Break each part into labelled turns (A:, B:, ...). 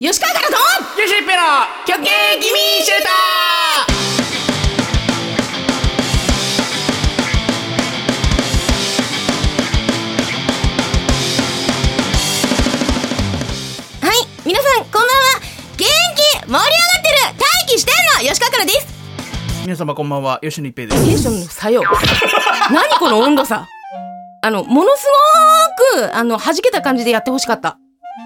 A: 吉川からと
B: ジェシーペロ
A: 極限ギミシューターはい皆さんこんばんは元気盛り上がってる待機してんの吉川からです
B: 皆様こんばんは、吉野一平です。
A: テンションの作用 何この温度差あのものすごーくあの弾けた感じでやってほしかった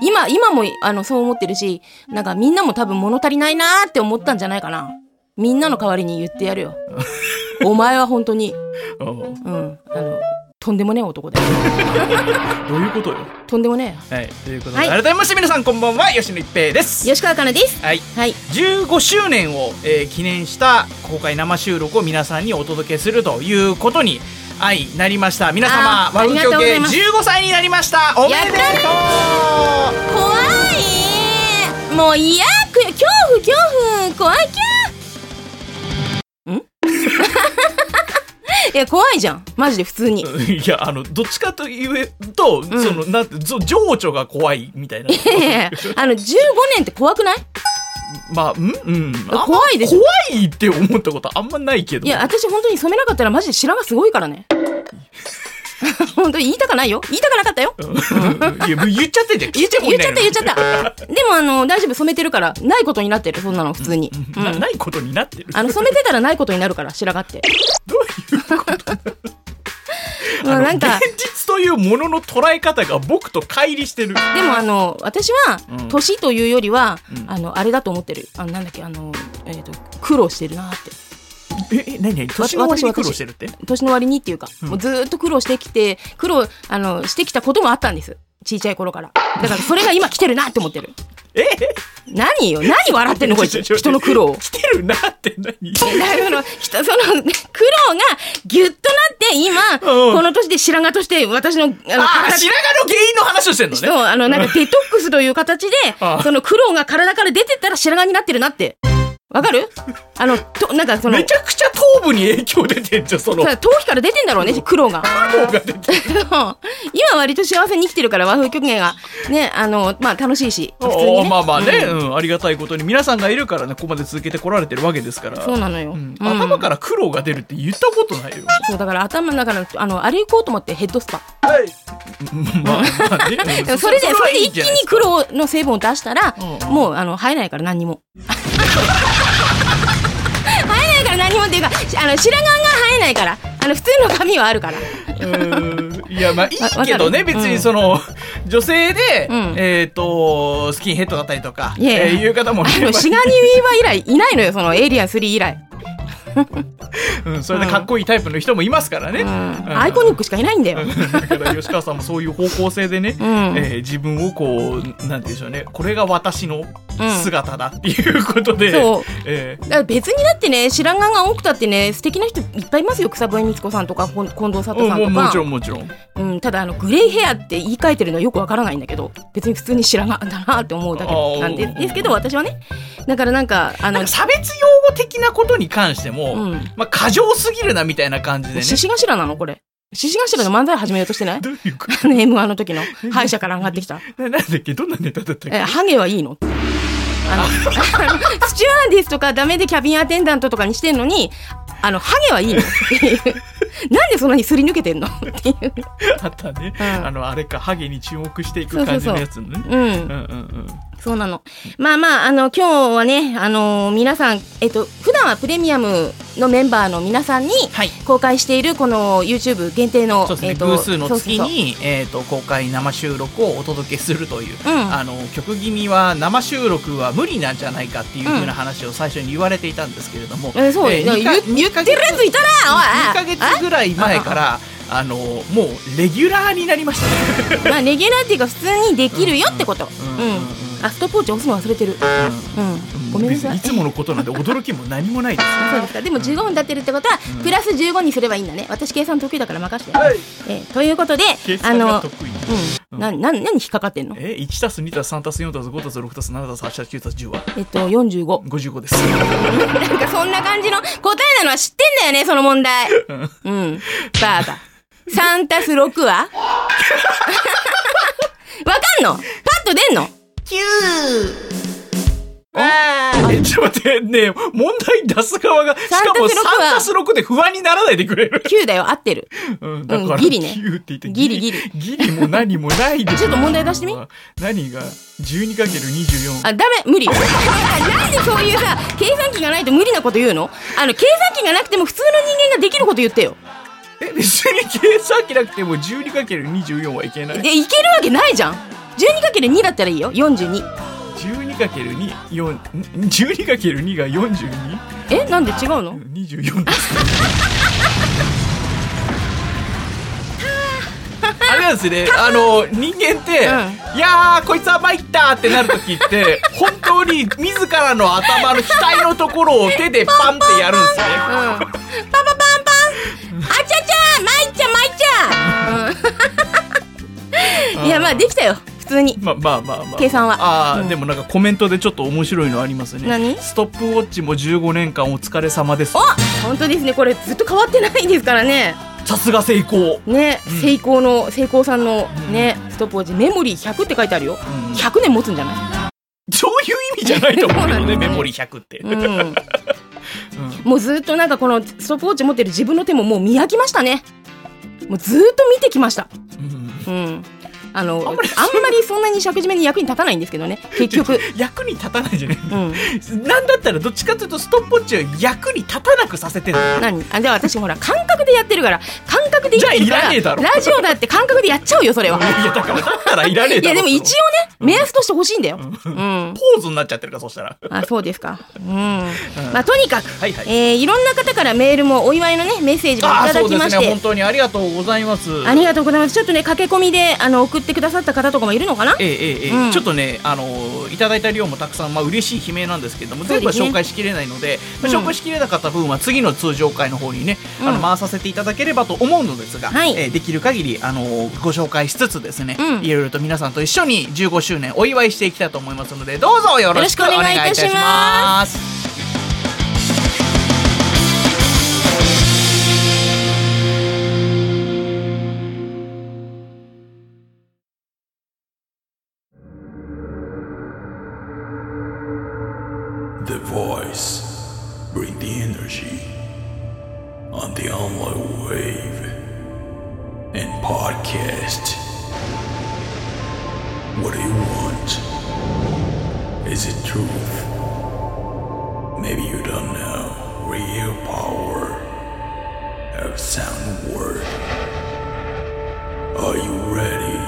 A: 今今もあのそう思ってるしなんかみんなも多分物足りないなーって思ったんじゃないかなみんなの代わりに言ってやるよお前は本当に
B: お
A: う
B: う
A: んあのとんでもねえ男だよ
B: どういうことよ。
A: とんでもね
B: はい、ということで、
A: はい
B: 改めまして皆さんこんばんは、吉野一平です
A: え。吉川かなです
B: はい。
A: はい
B: 15周年を、えー記念した公開生収録を皆さんにお届けするということに愛なりました皆様
A: あーあ
B: ワ
A: り
B: ウ
A: が
B: キ
A: とう
B: ョ
A: ござ
B: ケ
A: います
B: 15歳になりましたおめでと
A: や
B: う
A: 怖いもう嫌く恐怖恐怖怖いきゃん いや怖いじゃんマジで普通に
B: いやあのどっちかというと、そのなんてぞ情緒が怖いみた いな
A: いやいやあの15年って怖くない
B: まあうんうんあんま
A: 怖いでしょ
B: 怖いって思ったことあんまないけど
A: いや私本当に染めなかったらマジで白がすごいからね 本当に言いたかないよ言いたくなかったよ
B: うんいや、もう言っちゃってんじゃん。
A: 言っちゃ言っちゃった言っちゃ
B: っ
A: ったでもあの大丈夫染めてるからないことになってるそんなの普通に、うん
B: なないことになってる。
A: あの染めてたらないことになるから白髪って
B: どういう
A: もうなんか
B: 現実というものの捉え方が僕と乖離してる。
A: でもあの私は
B: うん
A: 年というよりは、
B: うん
A: あのあれだと思ってるあのなんだっけあの、えー、と苦労してるなって
B: え、え、何何年の割に苦労してるって
A: 年の割にっていうか、
B: うん
A: もうずーっと苦労してきて苦労あのしてきたこともあったんですちいちゃい頃からだからそれが今来てるなって思ってる
B: え
A: 何よ何笑ってんのこいつ
B: ちょちょ
A: 人の苦 労を
B: 来てるなって 何
A: だからその人その苦労がギュッとなって今、
B: うん
A: この年で白髪として私のあの
B: ああ、
A: 体
B: 白髪の原因の話をしてんのね。
A: そう、あの、なんかデトックスという形で
B: あ、あ
A: その苦労が体から出てったら白髪になってるなって。わかるあの、と、なんかその、
B: めちゃくちゃ頭部に影響出てんじゃん、その。
A: さ頭皮から出てんだろうね、苦労が。
B: 頭部が出てる
A: そう今割と幸せに生きてるから和風曲芸が、ね、あの、まあ楽しいし、普通に、
B: お
A: ね。
B: ーまあまあね、
A: うん
B: うん、ありがたいことに皆さんがいるからね、ここまで続けてこられてるわけですから。
A: そうなのよ。
B: うん
A: うん
B: 頭から苦労が出るって言ったことないよ。
A: そう、だから頭の中の、あの、あれ行こうと思ってヘッドスパ。
B: まあまあね
A: でもそれで、それで一気に苦。
B: うん
A: 労の成分を出したら、
B: うん
A: もう、あの、生えないから何にも。 生えないから何もっていうか、あの、白髪が生えないから、あの、普通の髪はあるから。
B: それはいいじゃないですかうんいやまあいいけど
A: わかる
B: ね別にその女性で
A: うん
B: えっとスキンヘッドだったりとか
A: いや
B: え
A: いや
B: ーいう方もい
A: あ
B: れ
A: の、
B: ば
A: シガニーウィーバー以来いないのよ、その、エイリアン3以来。
B: うんそれでかっこいいタイプの人もいますからね
A: う
B: うん
A: ん。アイコニックしかいないんだよ。
B: だから吉川さんもそういう方向性でね
A: うん
B: えー自分をこうなんて言うんでしょうねこれが私の姿だっていうことで
A: そう
B: えー
A: だから別にだってね、白髪が多くたってね、素敵な人いっぱいいますよ。草笛光子さんとか、ほん近藤
B: う
A: 里
B: ん
A: さん
B: も
A: と
B: うもちろ
A: か
B: ん。もちろん
A: うん、ただ、あの、グレイヘアって言い換えてるのはよくわからないんだけど、別に普通に白髪だなって思うだけなんで
B: あー
A: ですけど、私はね。だからなんか、あ
B: な
A: の
B: んか、差別用語的なことに関しても
A: うん
B: まあ過剰すぎるなみたいな感じでね
A: 獅子頭なのこれ。獅子頭の漫才始めようとしてない
B: どういうこと
A: あの M1 の時の歯医者から上がってきた。
B: ななんだっけどんなネタだったっ
A: え、
B: け
A: ハゲはいいの あの、スチュワーディスとかダメでキャビンアテンダントとかにしてんのに、あの、ハゲはいいのっていう。なんでそんなにすり抜けてんのっていう。
B: あったね、
A: うん
B: あのあれかハゲに注目していく感じのやつのね
A: う
B: うん
A: ん。
B: うんうん
A: そうなの。まあまあ、あの、今日はね、あの皆さん、えっと、普段はプレミアムのメンバーの皆さんに、
B: はい
A: 公開しているこの YouTube 限定の、
B: そうですね、
A: えっと
B: 偶数の月
A: そうそうそう
B: にえー、と公開生収録をお届けするという、
A: うん
B: あの曲気味は生収録は無理なんじゃないかっていうふうな話を最初に言われていたんですけれども、
A: えそう、
B: えー
A: だか
B: 二
A: ら
B: か
A: 言言ってるやついたな
B: 2
A: お
B: か
A: い
B: 月ぐらい前からあのもうレギュラーになりましたね、
A: まあレギュラーっていうか普通にできるよってこと
B: う
A: う
B: ん
A: ん、あストップウォッチ押すの忘れてるうん、ごめんなさい
B: 別にいつものことなんで驚きも何もないですね
A: そうですかでも15分経ってるってことは、プラス15にすればいいんだね私計算得意だから任して、えーということで
B: 計
A: あ
B: 算が
A: の
B: 得意
A: うんなな何引っかかってんの
B: え1たす2たす3たす4たす5たす6たす7たす8たす9たす10は
A: えっと45
B: 55です
A: なんかそんな感じの答えなのは知ってんだよねその問題うんバーバ3たす6は わかんのパッと出んの
B: 9 ちょっと待って、ねえ問題出す側が、しかも3
A: 3+6 は
B: たす6で不安にならないでくれる。
A: 9だよ合ってる
B: うん、だから、
A: ギリね
B: 9って言って
A: ギリギリ。
B: ギリも何もない でしょ
A: ちょっと問題出してみ。
B: 何が 12×24。
A: あダメ無理なんかなんでそういうさ計算機がないと無理なこと言うのあの計算機がなくても普通の人間ができること言ってよ
B: え、別に計算機なくても 12×24 はいけない。
A: でいけるわけないじゃん 12×2 だったらいいよ42
B: 12×2、4、12×2 が 42?
A: えなんで違うの
B: 24です。あ れなんですね。あの人間って、
A: う
B: いやーこいつは参ったってなる 時って本当に自らの頭の額のところを手でパンってやるんですね。
A: うんパンパンパンパンあちゃちゃまいちゃまいちゃ、 うん、いやまあできたよ普通に
B: まあまあまあまあ。
A: 計算は
B: あー
A: うん
B: でもなんかコメントでちょっと面白いのありますね。
A: 何
B: ストップウォッチも15年間お疲れ様です
A: お。本当ですねこれずっと変わってないですからね
B: さすが成功。
A: ね、
B: うん
A: セイコーのセイコーさんのね、ストップウォッチメモリー100って書いてあるよ、
B: ん
A: 100年持つんじゃな
B: そういう意味じゃないと思うけど ね、
A: そうなんで
B: メ
A: すね
B: モリ100って。
A: い、うん、もうずっとなんかこのストップウォッチ持ってる自分の手ももう見飽きましたねもうずっと見てきました
B: うん
A: うんあの
B: あ
A: あん
B: んま
A: ま
B: り
A: りそんなに尺締めに役に立たないんですけどね結局
B: 役に立たないじゃない。
A: うん
B: なんだったらどっちかというとストップウォッチを役に立たなくさ せてる
A: 何あじゃあ私ほら感覚でやってるから感覚で生きてるか
B: じゃあいらねえだ
A: ら
B: ろ
A: ラジオだって感覚でやっちゃうよそれはい
B: やだからだったらいらねえ
A: い
B: だ
A: や
B: ろ
A: でも一応ね目安として欲しいんだようん
B: ポーズになっちゃってるからそしたら
A: あそうですか。うん。まあとにかく、
B: はい
A: い
B: はい
A: えーいろんな方からメールもお祝いのねメッセージもい
B: ああ
A: ただ
B: そう
A: き
B: で
A: まし
B: す
A: て。
B: ね本当にありがとうございます
A: ありがとうございます。ちょっとね駆け込みであの送ってくださった方とかもいるのかな。
B: ええええええ
A: うん
B: ちょっとね、あのーいただいた量もたくさん、まあ嬉しい悲鳴なんですけども、
A: そう
B: 全
A: です
B: 部
A: ね
B: は紹介しきれないので、まあ
A: うん
B: 紹介しきれなかった分は次の通常回の方にね、あ
A: う
B: の
A: ん
B: 回させていただければと思うのですが、
A: はい
B: えーできる限り、あのーご紹介しつつですね、
A: うん
B: いろいろと皆さんと一緒に15周年お祝いしていきたいと思いますので、どうぞよろしくお願いいたし
A: よろしくお願
B: ます。
C: The voice. Bring the energy. On the online wave. And podcast. What do you want? Is it truth? Maybe you don't know. Real power of sound word. Are you ready?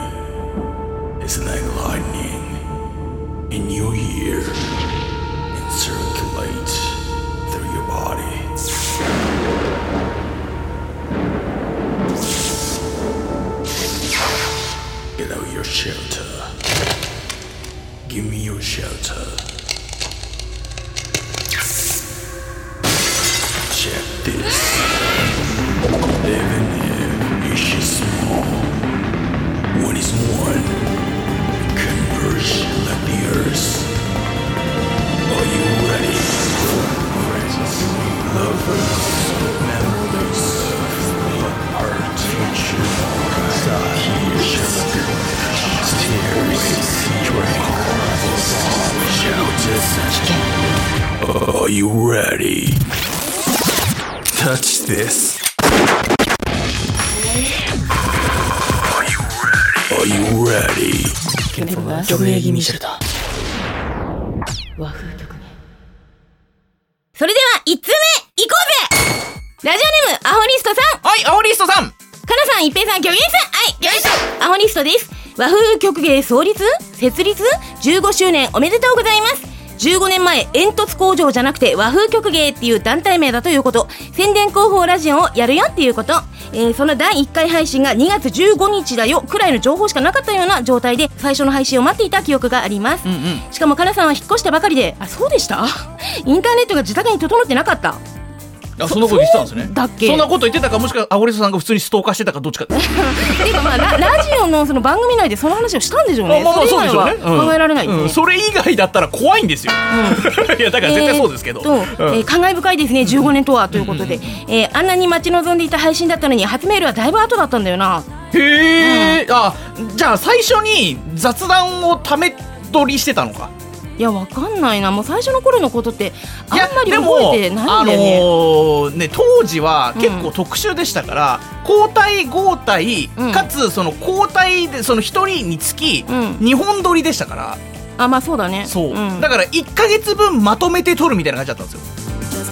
C: It's like lightning in your ear and circulate through your body. Get out your shelter. Give me your shelter. Check this. Even if it's just small, what is one? Converge like the earth. Are you ready? Friends, lovers, memories of the art future. Here's tears, drink, shouted. Are you ready? Touch this. Are you ready?
A: それでは一通目行こうぜ。ラジオネームアホリストさん、
B: はい、青リストさ
A: か
B: ん
A: なさん一平さん巨源さん、はいよいしょアホリストです。和風曲芸創立設立15周年おめでとうございます。15年前、煙突工場じゃなくて和風曲芸っていう団体名だということ、宣伝広報ラジオをやるよっていうこと、えーその第1回配信が2月15日だよくらいの情報しかなかったような状態で最初の配信を待っていた記憶があります。しかもかなさんは引っ越したばかりで、あ、そうでした インターネットが自宅に整ってなかった。
B: あそんなこと言ってたんですね
A: そうだっけ
B: そんなこと言ってたかもしくは青リストさんが普通にストーカーしてたかどっちか
A: ていうかまあララジオのその番組内でその話をしたんでしょうね。それ以外
B: うん
A: は考えられないですね。
B: うんそれ以外だったら怖いんですよ、 いやだから絶対そうですけど、
A: えーっと
B: うん
A: えー感慨深いですね15年とはということで、えーあんなに待ち望んでいた配信だったのに初メールはだいぶ後だったんだよな
B: へえ、あじゃあ最初に雑談をため取りしてたのか
A: いやわかんないなもう最初の頃のことってあ
B: いや
A: んまり
B: でも
A: 覚えてないんだよ
B: あ
A: ね
B: のーね当時は結構特殊でしたから、交代交代、
A: うん
B: かつその交代でその一人につき
A: うん
B: 2本撮りでしたから、
A: あまあそうだね
B: そう、
A: ん
B: だから1か月分まとめて撮るみたいな感じだったんですよ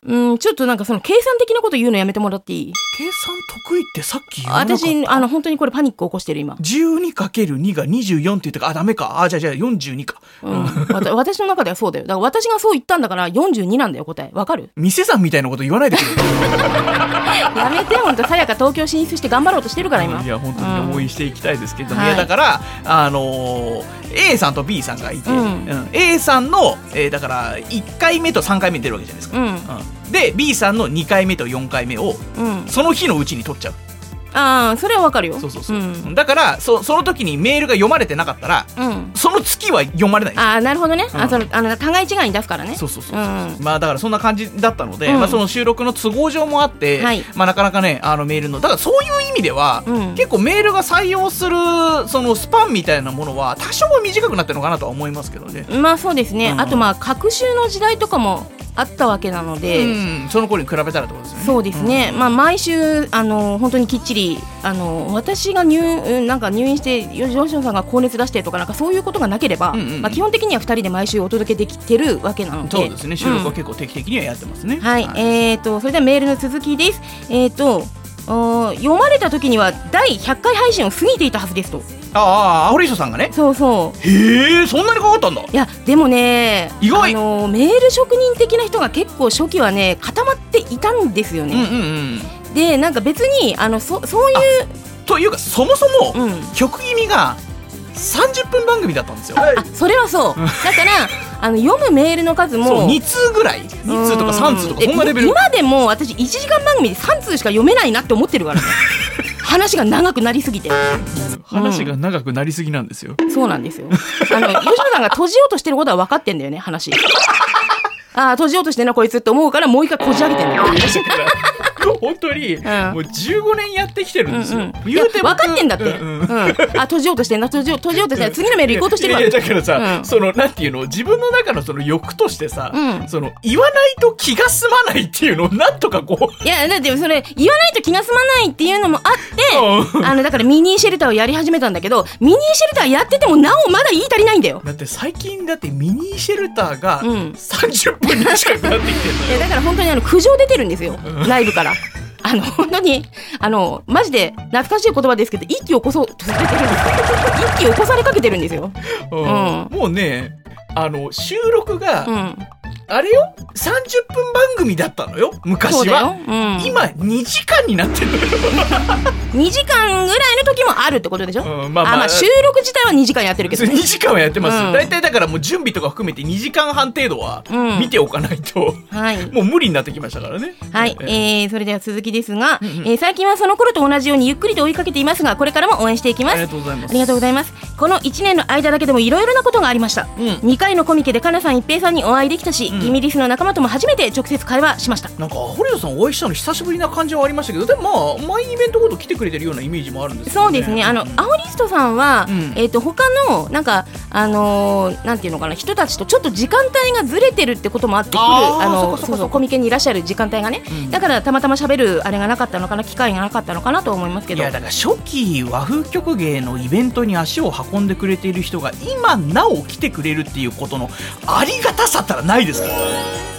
A: うん、ちょっとなんかその計算的なこと言うのやめてもらっていい
B: 計算得意ってさっき言わなかった
A: 私、あの、本当にこれパニック起こしてる今。
B: 12×2 が24って言ったからあダメかあじゃあじゃあ42か
A: うん、わた私の中ではそうだよ。だから私がそう言ったんだから42なんだよ、答え。わかる
B: 店さんみたいなこと言わないでく
A: やめて、ほんと。さやか東京進出して頑張ろうとしてるから
B: れ
A: 今。
B: いや本当に応援していきたいですけども、
A: うん
B: いやだから、あのー A さんと B さんがいて、
A: うん
B: うん A さんの、えーだから1回目と3回目出るわけじゃないです
A: うん。
B: か、うんで B さんの2回目と4回目を
A: うん。うん。
B: その日のうちに取っちゃう
A: ああ、それはわかるよ。
B: そうそうそう、
A: ん。
B: だからそその時にメールが読まれてなかったら
A: うん、
B: その月は読まれないんですよ
A: ああ、なるほどね。
B: う
A: あ
B: ん
A: そのあの、互い違いに出すからね。
B: そうそうそう
A: う。ん。
B: まあだからそんな感じだったので、
A: うん
B: まあその収録の都合上もあって、
A: はい
B: まあなかなかねあのメールのだからそういう意味では、
A: うん
B: 結構メールが採用するそのスパンみたいなものは多少は短くなってるのかなとは思いますけどね。
A: まあそうですね。
B: うん
A: あとまあ、隔週の時代とかもあったわけなので。
B: うん、その頃に比べたらってことですよね。
A: そうですね、まあ、毎週あの本当にきっちりあの私が入うんなんか入院してよジョンションさんが高熱出してとかなんかそういうことがなければ、
B: うんうんうん
A: まあ、基本的には2人で毎週お届けできてるわけなので。
B: そうですね。収録
A: う
B: は
A: ん
B: 結構定期的にはやってますね。
A: はい、えー、とそれではメールの続きです。えー、とおー読まれた時には第100回配信を過ぎていたはずですと。
B: ああ、アホリーソさんがね。
A: そうそう。
B: へえ、そんなにかかったんだ。
A: いやでもね、
B: 意外
A: あのーメール職人的な人が結構初期はね固まっていたんですよ
B: うんう
A: ね。
B: んうん。
A: でなんか別にあのそそういう
B: というかそもそも、
A: うん
B: 曲気味が30分番組だったんですよ。
A: あそれはそうだからあの読むメールの数も
B: そう2通ぐらい2通とか3通とかそんなレベル
A: で今でも私1時間番組で3通しか読めないなって思ってるから ね話が長くなりすぎて
B: 話が長くなりすぎなんです よ、
A: そうなんですよあの吉野さんが閉じようとしてることは分かってんだよね話ああ閉じようとしてんなこいつって思うからもう一回こじ上げてんだよ
B: 本当に、
A: ん
B: もう15年やってきてるんですよ、
A: うんうん
B: 言う
A: い
B: て
A: や
B: も
A: 分かってんだって、
B: う
A: うんあ閉じようとしてんな閉じよう閉じようとしてんな次のメール行こうとしてるわ
B: いやいやだからさ、
A: うん
B: そのなんていうの自分の中のその欲としてさ、
A: うん
B: その言わないと気が済まないっていうのをなんとかこ
A: いや、だってそれ、言わないと気が済まないっていうのもあって、
B: うん
A: あの、だからミニーシェルターをやり始めたんだけど、ミニーシェルターやっててもなおまだ言い足りないんだよ
B: う。だって最近だってミニーシェルターが
A: うん
B: 30分に近くなってきてるの
A: いや、
B: よ、
A: だから本当にあの、苦情出てるんですよ。ライブから。あの、本当に、あの、マジで、懐かしい言葉ですけど、息起こそうとされてるんですよ。息起こされかけてるんですよ。
B: うん
A: う
B: もうねあの収録が、
A: うん。
B: あれよ30分番組だったのよ
A: そう
B: 昔
A: だ
B: は
A: よ。うん。
B: 今2時間になってるのよ、
A: 2時間ぐらいの時もあるってことでしょ、
B: うん
A: あ、まあ、収録自体は2時間やってるけど
B: 2
A: ね。
B: 時間はやってますよ、
A: うん
B: 大体だからもう準備とか含めて2時間半程度は
A: うん
B: 見ておかないと、
A: はい。
B: もう無理になってきましたからね
A: はい、
B: え
A: え
B: え
A: ー、それでは続きですが、え
B: うん
A: ー、最近はその頃と同じようにゆっくりと追いかけていますがこれからも応援していきま
B: あり
A: す
B: がとうございま
A: あ
B: す
A: りがとうございますこの1年の間だけでもいろいろなことがありました、
B: うん
A: 2回のコミケでかなさん一平さんにお会いできたし、
B: ん
A: ギミリスの仲間とも初めて直接会話しました
B: なんか堀田さんお会いしたの久しぶりな感じはありましたけどでもまあ毎イベントごと来てくれてるようなイメージもあるんですけど
A: そうですねあのアオリストさんは、
B: うん
A: えっ、と他のなんかあのーなんていうのかな人たちとちょっと時間帯がずれてるってこともあって来る
B: あー
A: あの
B: そっかそっかそっか
A: そうそうコミケにいらっしゃる時間帯がね、だからたまたま喋るあれがなかったのかな機会がなかったのかなと思いますけ
B: い
A: ど
B: やだから初期和風曲芸のイベントに足を運んでくれている人が今なお来てくれるっていうことのありがたさったらないですからね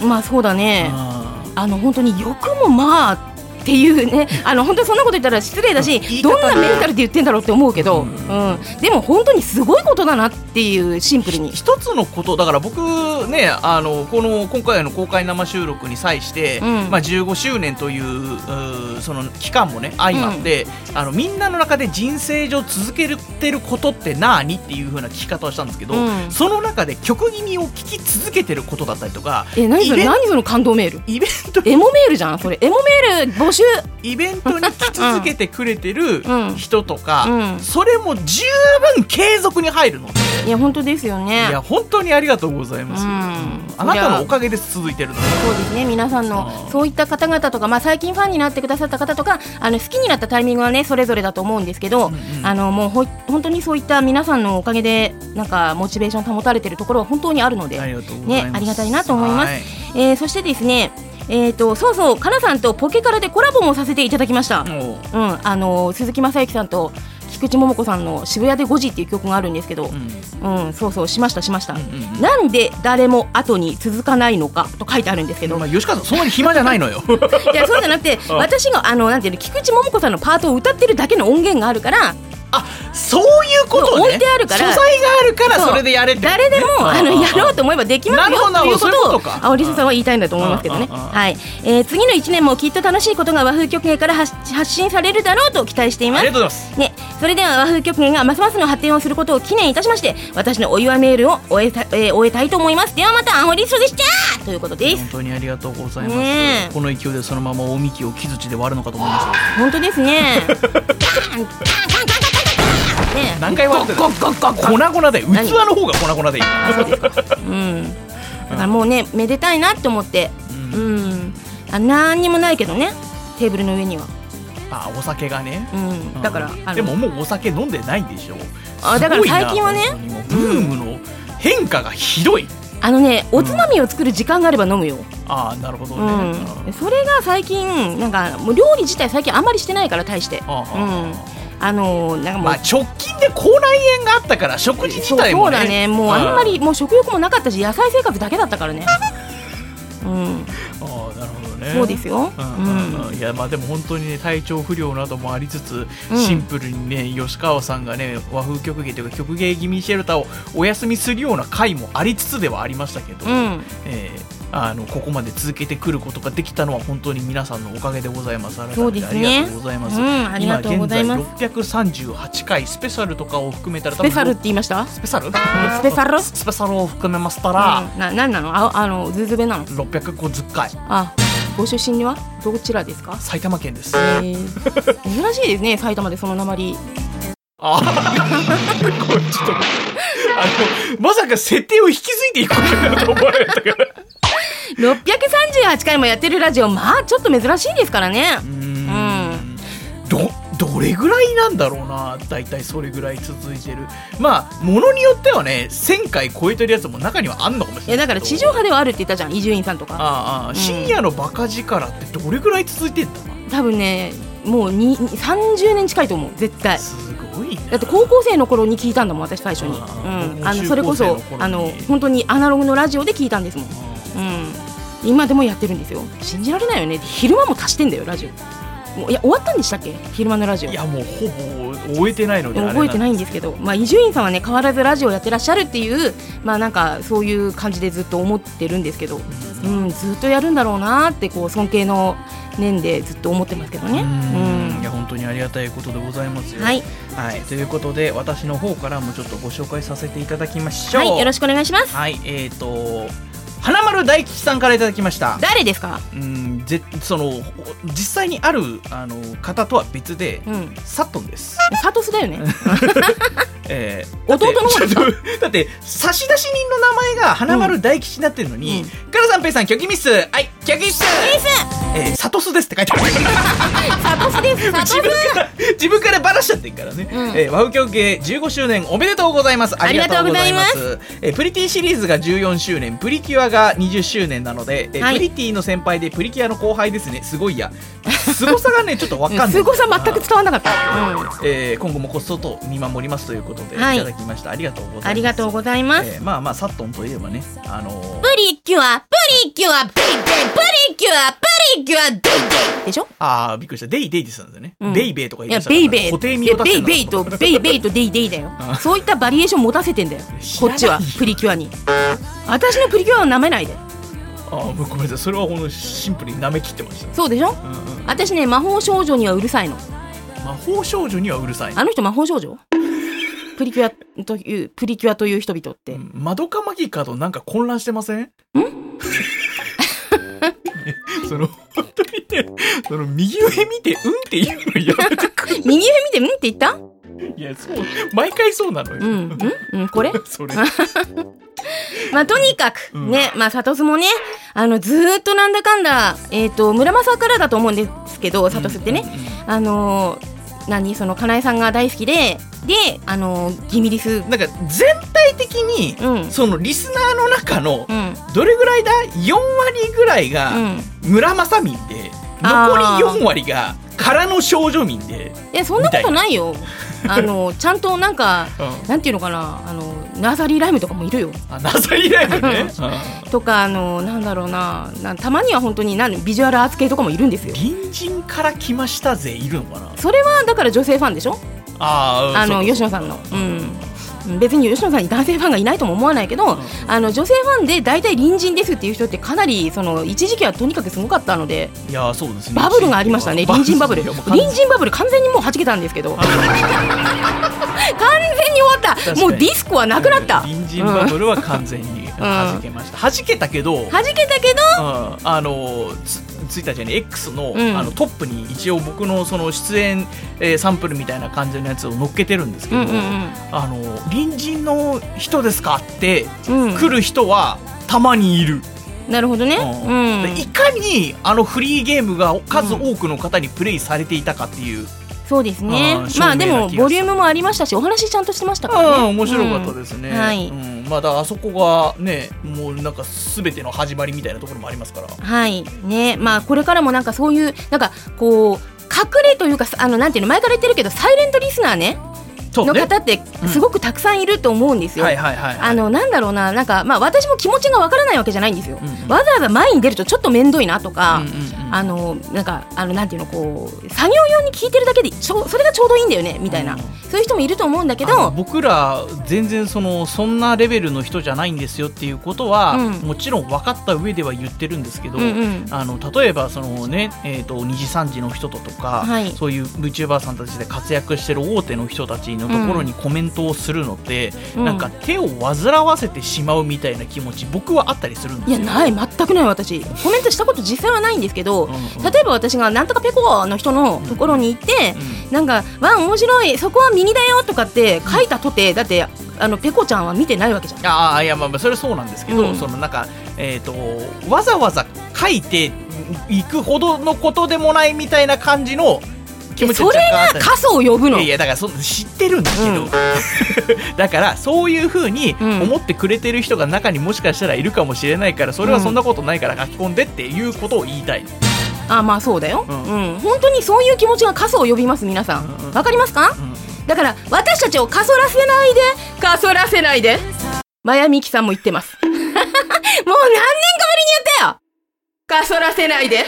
A: まあそうだね、
B: うん
A: あの本当によくもまあっていうね、あの本当にそんなこと言ったら失礼だ
B: 言い
A: し、
B: 方
A: どんなメンタルで言ってんだろうって思うけど、うん、でも本当にすごいことだなっていうシンプルに。
B: 一つのことだから僕ねあのこの今回の公開生収録に際して、
A: うん
B: まあ、15周年といううーその期間もね相まって、あのみんなの中で人生上続けてることって何っていう風な聞き方をしたんですけど、
A: うん
B: その中で曲気味を聞き続けてることだったりとか
A: え、何そ
B: イ
A: れ、
B: ベン
A: 何その感動メール。
B: イベント
A: エモメールじゃん、それ、エモメール募集
B: イベントに来続けてくれてる
A: うん
B: 人とか、
A: うん
B: それも十分継続に入るので、
A: いや本当ですよね
B: いや本当にありがとうございます、
A: うん
B: うんあなたのおかげです続いてるの
A: そうですね皆さん
B: あ
A: の
B: ー
A: そういった方々とか、まあ、最近ファンになってくださった方とかあの好きになったタイミングはねそれぞれだと思うんですけど、
B: んうん
A: あのもうほ本当にそういった皆さんのおかげでなんかモチベーション保たれてるところは本当にあるので
B: ありがとうございま
A: ね、
B: す、
A: ありがたいなと思います、
B: はい
A: えーそしてですね、えー、とそうそうかなさんとポケカラでコラボもさせていただきました、うん
B: もう
A: あの鈴木雅之さんと菊池桃子さんの「渋谷で5時」っていう曲があるんですけど、
B: うん
A: うん、そうそうしましたしました、
B: うんうんうん
A: なんで誰も後に続かないのかと書いてあるんですけど、
B: まあ、吉川さんそんなに暇じゃないのよ
A: いやそうじゃなく て
B: あ
A: 私があのなんていうの菊池桃子さんのパートを歌ってるだけの音源があるから
B: あそういうことね
A: 置いてあるから
B: 素材があるから
A: そう
B: それでやれってことね
A: 誰でもあのやろう
B: あ
A: と思えばできますよ
B: なるほど
A: っていうこ
B: なるほど
A: とを
B: そういうことか
A: 青リサさんは言いたいんだと思いますけどね、
B: うんうんうんうん
A: はいえー次の1年もきっと楽しいことが和風曲芸から発発信されるだろうと期待してい
B: あ
A: ま
B: あ
A: す
B: りがとうございます
A: ね、それでは和風曲芸がますますの発展をすることを記念いたしまして私のお祝いメールを終えた,、えー終えたいと思いますではまたアホリストでしたということです
B: 本当にありがとうございます、
A: ねえ
B: この勢いでそのまま大幹を木槌で割るのかと思いました
A: 本当ですねガンガンガンガンガンガンガンね
B: 何回割ってた粉々で器
A: 何
B: の方が粉々でいい
A: あそうですか。うん。だからもうね、めでたいなって思って。
B: う
A: うんん。あ、なんにもないけどね。テーブルの上には。
B: あお酒がね
A: うん。だから、あの
B: でももうお酒飲んでないんでしょ
A: あだから
B: すごいな
A: 最近はね
B: 本当にもうブームの変化がひどい、
A: あのね、おつまみを作る時間があれば飲むよ。
B: ああなるほど
A: う
B: ね、
A: ん。それが最近、なんか、もう料理自体最近あんまりしてないから、対して。うん。
B: ああ
A: あのー、なんかも
B: まあ
A: う。
B: 直近で口内炎があったから食事自
A: そう
B: 体
A: そ
B: も
A: う
B: ね
A: だね、もうあんまりもう食欲もなかったし、野菜生活だけだったからね。うん、
B: ああなるほどね
A: そうですよ。う
B: うんうん
A: ん
B: うん、いやまあでも本当にね体調不良などもありつつ、
A: うん
B: シンプルにね吉川さんがね和風曲芸というか曲芸気味シェルターをお休みするような回もありつつではありましたけど、
A: うん、
B: えーあのここまで続けてくることができたのは本当に皆さんのおかげでございます。改
A: そうで
B: めてあ
A: す
B: り
A: ね
B: がとうございます。
A: うんありがとうございます
B: 今現在638回スペシャルとかを含めたら
A: スペシャルって言いました
B: スペシャル
A: んスペシャル
B: スペシャルを含めましたら、
A: うん、な何なのああのズズベなの
B: 650回
A: あご出身はどちらです か、
B: 埼玉県です。
A: えー、珍しいですね埼玉でその鉛
B: あこれちょっとあのまさか設定を引き継いでいくことになると思われたから
A: 638回もやってるラジオまあちょっと珍しいですからね
B: う
A: うんん
B: どどれぐらいなんだろうな大体それぐらい続いてるまあものによってはね1000回超えてるやつも中にはあんのかもし
A: い
B: れ
A: や
B: ない
A: だから地上波ではあるって言ったじゃん伊集院さんとか
B: ああああ、
A: ん
B: 深夜のバカ力ってどれぐらい続いてんだ
A: 多分ねもうに30年近いと思う絶対
B: すごいね
A: だって高校生の頃に聞いたんだもん私最初に、
B: あー
A: うん、あのそれこそ
B: 高校生の頃に
A: あの本当にアナログのラジオで聞いたんですもん、うん、今でもやってるんですよ信じられないよね昼間も足してんだよラジオもういや終わったんでしたっけ昼間のラジオ
B: いやもうほぼ終えてないのであれ
A: 覚えてないいんですけどまあ伊集院さんはね変わらずラジオやってらっしゃるっていうまあなんかそういう感じでずっと思ってるんですけど、うん、ずっとやるんだろうなってこう尊敬の念でずっと思ってますけどね。
B: いや本当にありがたいことでございます
A: う
B: よ
A: んはい、
B: はい、ということで私の方からもちょっとご紹介させていただきましょう
A: はい、よろしくお願いします。
B: はいえっ、と花丸大吉さんからいただきました
A: 誰ですか？
B: うんぜその実際にあるあの方とは別で、
A: うん、
B: サットンです、
A: サトスだよね。
B: えー
A: 弟の方ですか
B: だって だって差出人の名前が花丸大吉になってるのに、
A: うん
B: カラさんペイさんキョキミスはいキョキミスえー、サトスですって書いてある
A: サトスです。サトス
B: 自。分から 自分からバラしちゃってるからね、
A: うん
B: えーワウキョウ系15周年おめでとうございますありがとうございます
A: あり
B: えープリティシリーズが14周年プリキュアが20周年なので、えー
A: はい
B: プリティの先輩でプリキュアの後輩ですねすごいや凄さがねちょっとわかんない
A: 凄さ全く伝わんなかった。うん、
B: えー今後もこっそと見守りますということで、
A: はい
B: い、ただきましたありがとうございます
A: ありがとうございます。
B: えーまあまあサットンといえばねあのー
A: プリキュア、プリキュア、ビンビン、プリキュア、プリキュア、デイデイでしょ
B: ああびっくりしたデイデイデイさんですよね、
A: うん
B: ベイベイとか
A: い
B: 言い
A: や、
B: ましたか
A: ベ
B: ら
A: イベイ。
B: 固定
A: い
B: 見
A: や
B: 渡
A: ベ
B: して
A: イ
B: んだ
A: ベイと、ベイベイとデイデイだよ
B: あ。
A: そういったバリエーション持たせてんだよ
B: 知。ら
A: こ
B: ない
A: っちは、プリキュアに。私のプリキュアを舐めないで。
B: ああごめんなさいそれはほんのシンプルに舐め切ってました、
A: そうでしょ
B: うんうん
A: 私ね、魔法少女にはうるさいの。
B: 魔法少女にはうるさい
A: あの人魔法少女プリキュアという、プリキュアという人々っ
B: う
A: て。
B: んマドカマギカ となんか混乱してませんんその本当にねその右上見て「うん」って言うのやめてくれ
A: 右上見て「うん」って言った
B: いやそう毎回そうなのよ、
A: うん、うん、うん、これ
B: それ
A: まあとにかく、
B: うん
A: ね、まあ、サトスもね、あの、ずーっとなんだかんだ、えっ、と、村正からだと思うんですけど、サトスってね、あのー何、その、かなえさんが大好きで、で、あのーギミリス、うん、
B: なんか全体的に、
A: うん
B: そのリスナーの中の
A: うん、
B: どれぐらいだ4割ぐらいが村正民で残り
A: あー
B: 4割が空の少女民で、
A: いや、そんなことないよ。あのーちゃんと、なんか、
B: うん
A: なんていうのかな、あのーナーサリーライムとかもいるよ。
B: あナサリーライブね、
A: とか、あのーなんだろうな、なたまには本当に、なんビジュアルアーツ系とかもいるんです
B: うん
A: よ。
B: 隣人から来ましたぜいるのかな
A: それは、だから女性ファンでしょ
B: あー
A: あの
B: そう
A: 吉野さんの、うん、別に吉野さんに男性ファンがいないとも思わないけど、あの女性ファンで大体隣人ですっていう人ってかなりその一時期はとにかくすごかったので
B: いやーそうですね
A: バブルがありましたね隣人バブル隣人バブル完全にもうはじけたんですけ ど完全に終わっ
B: 確
A: た
B: かに
A: もうディスコはなくなった、
B: 隣人バ
A: う
B: ブルは完全に弾けました、弾けたけど、うん
A: ん、はじけたけど
B: あのツツイッターじゃね X の,、
A: うん
B: あのトップに一応僕のその出演、えーサンプルみたいな感じのやつを載っけてるんですけ
A: う
B: ど、
A: んうん
B: あの隣人の人ですかって
A: うんうん
B: 来る人はたまにいる、
A: なるほどね
B: うん
A: う
B: でい
A: ん
B: かにあのフリーゲームが数多くの方にプレイされていたかっていう、
A: そうですね
B: うん
A: まあで
B: 証明な
A: も
B: 気がする
A: ボリュームもありましたしお話ちゃんとしてましたからね
B: ああ面白かったですね、
A: うんはい
B: うんまあだからあそこがねもうなんか全ての始まりみたいなところもありますから
A: はいねまあこれからもなんかそういうなんかこう隠れというかあのなんていうの前から言ってるけどサイレントリスナーね
B: そう
A: の
B: ね
A: 方って
B: うん
A: すごくたくさんいると思うんですよ。
B: はいはいはいはい
A: あのなんだろうななんかまあ私も気持ちがわからないわけじゃないんですよ。
B: うんうん
A: わざわざ前に出るとちょっと面倒いなとか。
B: うんうんうん
A: あのなんかあのなんていうのこう作業用に聞いてるだけでちょそれがちょうどいいんだよねみたいな、
B: うん
A: そういう人もいると思うんだけ
B: あの
A: ど
B: 僕ら全然そのそんなレベルの人じゃないんですよっていうことは、
A: うん
B: もちろん分かった上では言ってるんですけど、
A: うんうん
B: あの例えばその、ねえー、と2時3時の人ととか、
A: はい
B: そういう VTuber さんたちで活躍してる大手の人たちのところにコメントをするのって、
A: うん
B: なんか手を煩わせてしまうみたいな気持ち僕はあったりするんです
A: い
B: よ。
A: やない全くない私コメントしたこと実際はないんですけど、
B: うんうん
A: 例えば私がなんとかペコの人のところに行って、
B: う
A: なんか「わ面白いそこは右だよ」とかって書いたとてだってあのペコちゃんは見てないわけじゃん。
B: ああいやまあまあそれはそうなんですけど、
A: うん
B: そのなんかえっ、とわざわざ書いていくほどのことでもないみたいな感じの気持ち
A: それ
B: 若干あった
A: が
B: り
A: 過疎を呼ぶの
B: いやいやだからその知ってるんだけど、
A: うん
B: だからそういうふうに
A: うん
B: 思ってくれてる人が中にもしかしたらいるかもしれないからそれはそんなことないから書き込んでっていうことを言いたい、
A: あまあそうだよ、
B: う
A: うんん本当にそういう気持ちが過疎を呼びます皆さんわ
B: うん、うん
A: かりますか
B: うん
A: だから私たちを過疎らせないで過疎らせないでマヤミキさんも言ってます もう何年かぶりに言ったよ過疎らせないで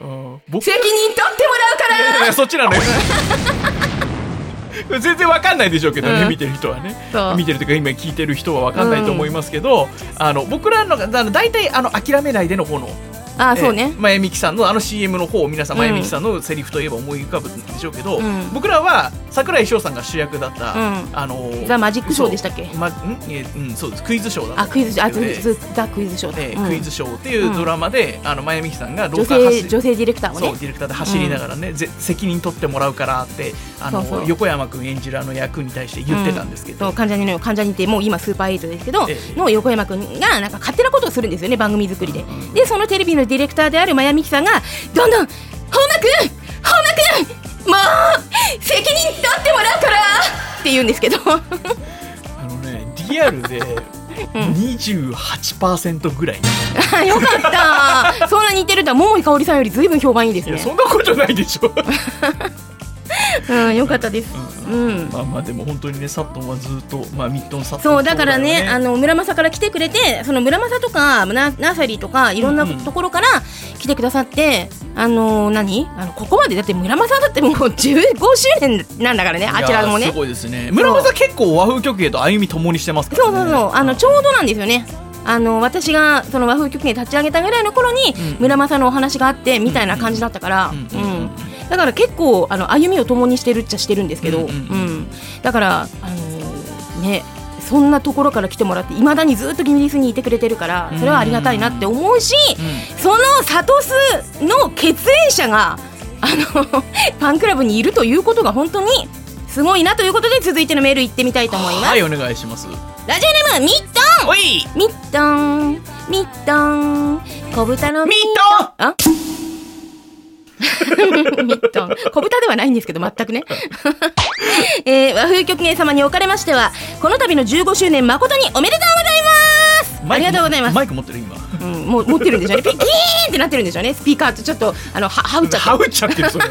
B: うん僕
A: 責任取ってもらうから
B: いやそっちな のよ全然わかんないでしょうけどね、
A: うん
B: 見てる人はね
A: そう
B: 見てるというか今聞いてる人はわかんないと思いますけど、あの僕らのがあの大体あの諦めないでの方の
A: あ
B: えー
A: そうね、
B: 前みきさんのあの CM の方を皆さん
A: うん
B: 前みきさんのセリフといえば思い浮かぶんでしょうけど、
A: うん
B: 僕らは桜井翔さんが主役だった、
A: うん
B: あのー
A: ザマジックショーでしたっけ
B: そうま、んいえうん、そうですクイズショーだった
A: あクイズあ
B: ということで
A: ザクイズショーだ、
B: で
A: うん
B: クイズショーっていうドラマで、あの前みきさんが
A: 女
B: 廊下
A: 性
B: 走
A: 女性ディレクターを
B: そう
A: ね
B: ディレクターで走りながらね、ぜ責任取ってもらうからってあの
A: そうそう
B: 横山君演じるあの役に対して言ってたんですけど、
A: そう患者にの患者にってもう今スーパーエイトですけど、
B: ええ
A: の横山くんがなんか勝手なことをするんですよね番組作りで、でそのテレビのディレクターである真矢美樹さんがどんどん「本間くん本間くんもう責任取ってもらうから!」って言うんですけ ど
B: あのねリアルで28%ぐらい、
A: よかったそんな似てるとは桃井かおりさんよりずいぶん評判いいです
B: いや
A: ね
B: そんなことないでしょ
A: うんよかったですうん
B: まあまあでも本当にねサットンはずっと、まあ、ミッドンサットン
A: そうだからねあ
B: の
A: の村正から来てくれてその村正とかナナーサリーとかいろんな
B: うんうん
A: ところから来てくださって、あの何あのここまでだって村正だってもう15周年なんだからねあちらもね
B: すごいですね村正結構和風曲芸と歩み共にしてますから、
A: そ
B: ね、
A: うそうそうあのちょうどなんですよねあの私がその和風曲に立ち上げたぐらいの頃に
B: うん
A: 村正のお話があってみたいな感じだったから、う
B: う
A: んん
B: うんうん
A: だから結構あの歩みを共にしてるっちゃしてるんですけど、
B: う
A: うんん
B: うんう
A: だからあのねそんなところから来てもらっていまだにずっとイギリスにいてくれてるからそれはありがたいなって思うし、そのサトスの血縁者があのファンクラブにいるということが本当にすごいなということで続いてのメール行ってみたいと思います、
B: はいお願いします
A: ラジオネームミットン
B: おい
A: ミットンミットン小豚の
B: ミ
A: ンあミットン小豚ではないんですけど全くね、 えー和風極限様におかれましてはこの度の15周年誠におめでとうございますあ
B: マイ
A: り
B: ク
A: がとうございます
B: マイク持ってる今
A: うん、もう持ってるんでしょうねピ キーンってなってるんでしょうねスピーカーとちょっとあのはは うっちゃ
B: ハ
A: っ
B: ウっちゃってるそれ
A: て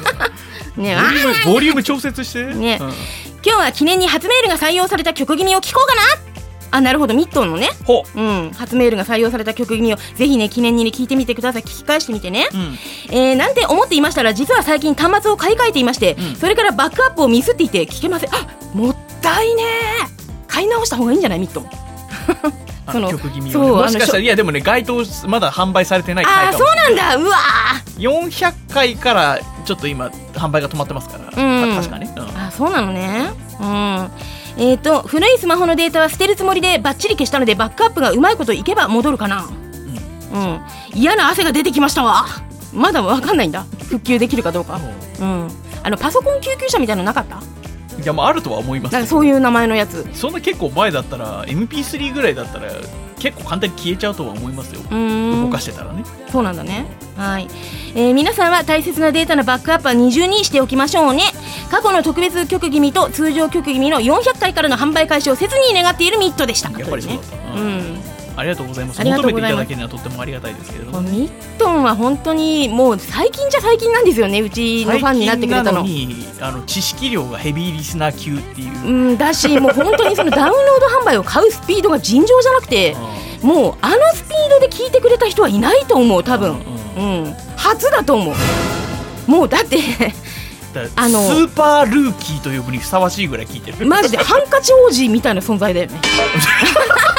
A: ねあ
B: ボリュームボリューム調節して
A: ね
B: うん
A: 今日は記念に初メールが採用された曲気味を聴こうかなあなるほどミットンのね
B: ほ
A: うん、初メールが採用された曲気味をぜひね記念にね聞いてみてください聞き返してみてね、
B: ん
A: えーなんて思っていましたら実は最近端末を買い替えていまして、それからバックアップをミスっていて聞けませんあもったいねー買い直した方がいいんじゃないミッ トン
B: あ
A: その
B: 曲気味
A: そ
B: をね
A: う
B: もしかした
A: あ
B: らいやでもね該当まだ販売されてない
A: あ
B: 回
A: ー
B: か
A: そ
B: も
A: うなんだうわー
B: 400回からちょっと今販売が止まってますから
A: うん
B: た確かねうん
A: あそうなのねうんえー、と古いスマホのデータは捨てるつもりでバッチリ消したのでバックアップがうまいこといけば戻るかなうん嫌な汗が出てきましたわ まだわかんないんだ復旧できるかどうかうん、あのパソコン救急車みたいなのなかった
B: いやまああるとは思いますけ
A: な
B: ど
A: んかそういう名前のやつ
B: そんな結構前だったら MP3 ぐらいだったら結構簡単に消えちゃうとは思いますよ
A: うー
B: 動
A: ん
B: かしてたらね
A: そうなんだねはい、えー皆さんは大切なデータのバックアップは二重にしておきましょうね過去の特別局気味と通常局気味の400回からの販売開始を切に願っているミットでした
B: やっぱりそうだった
A: う
B: な、
A: ん、
B: ありがとうございます
A: ありがと
B: 求
A: う
B: め
A: ご
B: てい
A: ざいます
B: ただけるのはとってもありがたいですけれど
A: もう
B: も
A: ミットンは本当にもう最近じゃ最近なんですよねうちのファンになってくれたの
B: 最近なのにあの知識量がヘビーリスナー級っていう、
A: うんだしもう本当にそのダウンロード販売を買うスピードが尋常じゃなくてもうあのスピードで聞いてくれた人はいないと思う多分
B: う
A: うん初だと思うもうだって
B: だ
A: あの
B: スーパールーキーと呼ぶにふさわしいぐらい聞いてる
A: マジでハンカチ王子みたいな存在だよね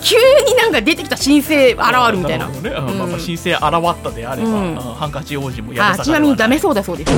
A: 急になんか出てきた新星現るみたいな
B: るほどね、うん
A: うん
B: まあまあ申請現ったであれば、
A: うん
B: うんハンカチ王子もや
A: あ
B: めさ
A: ちな
B: かで
A: み
B: は
A: にダ
B: ない
A: メそうだそうです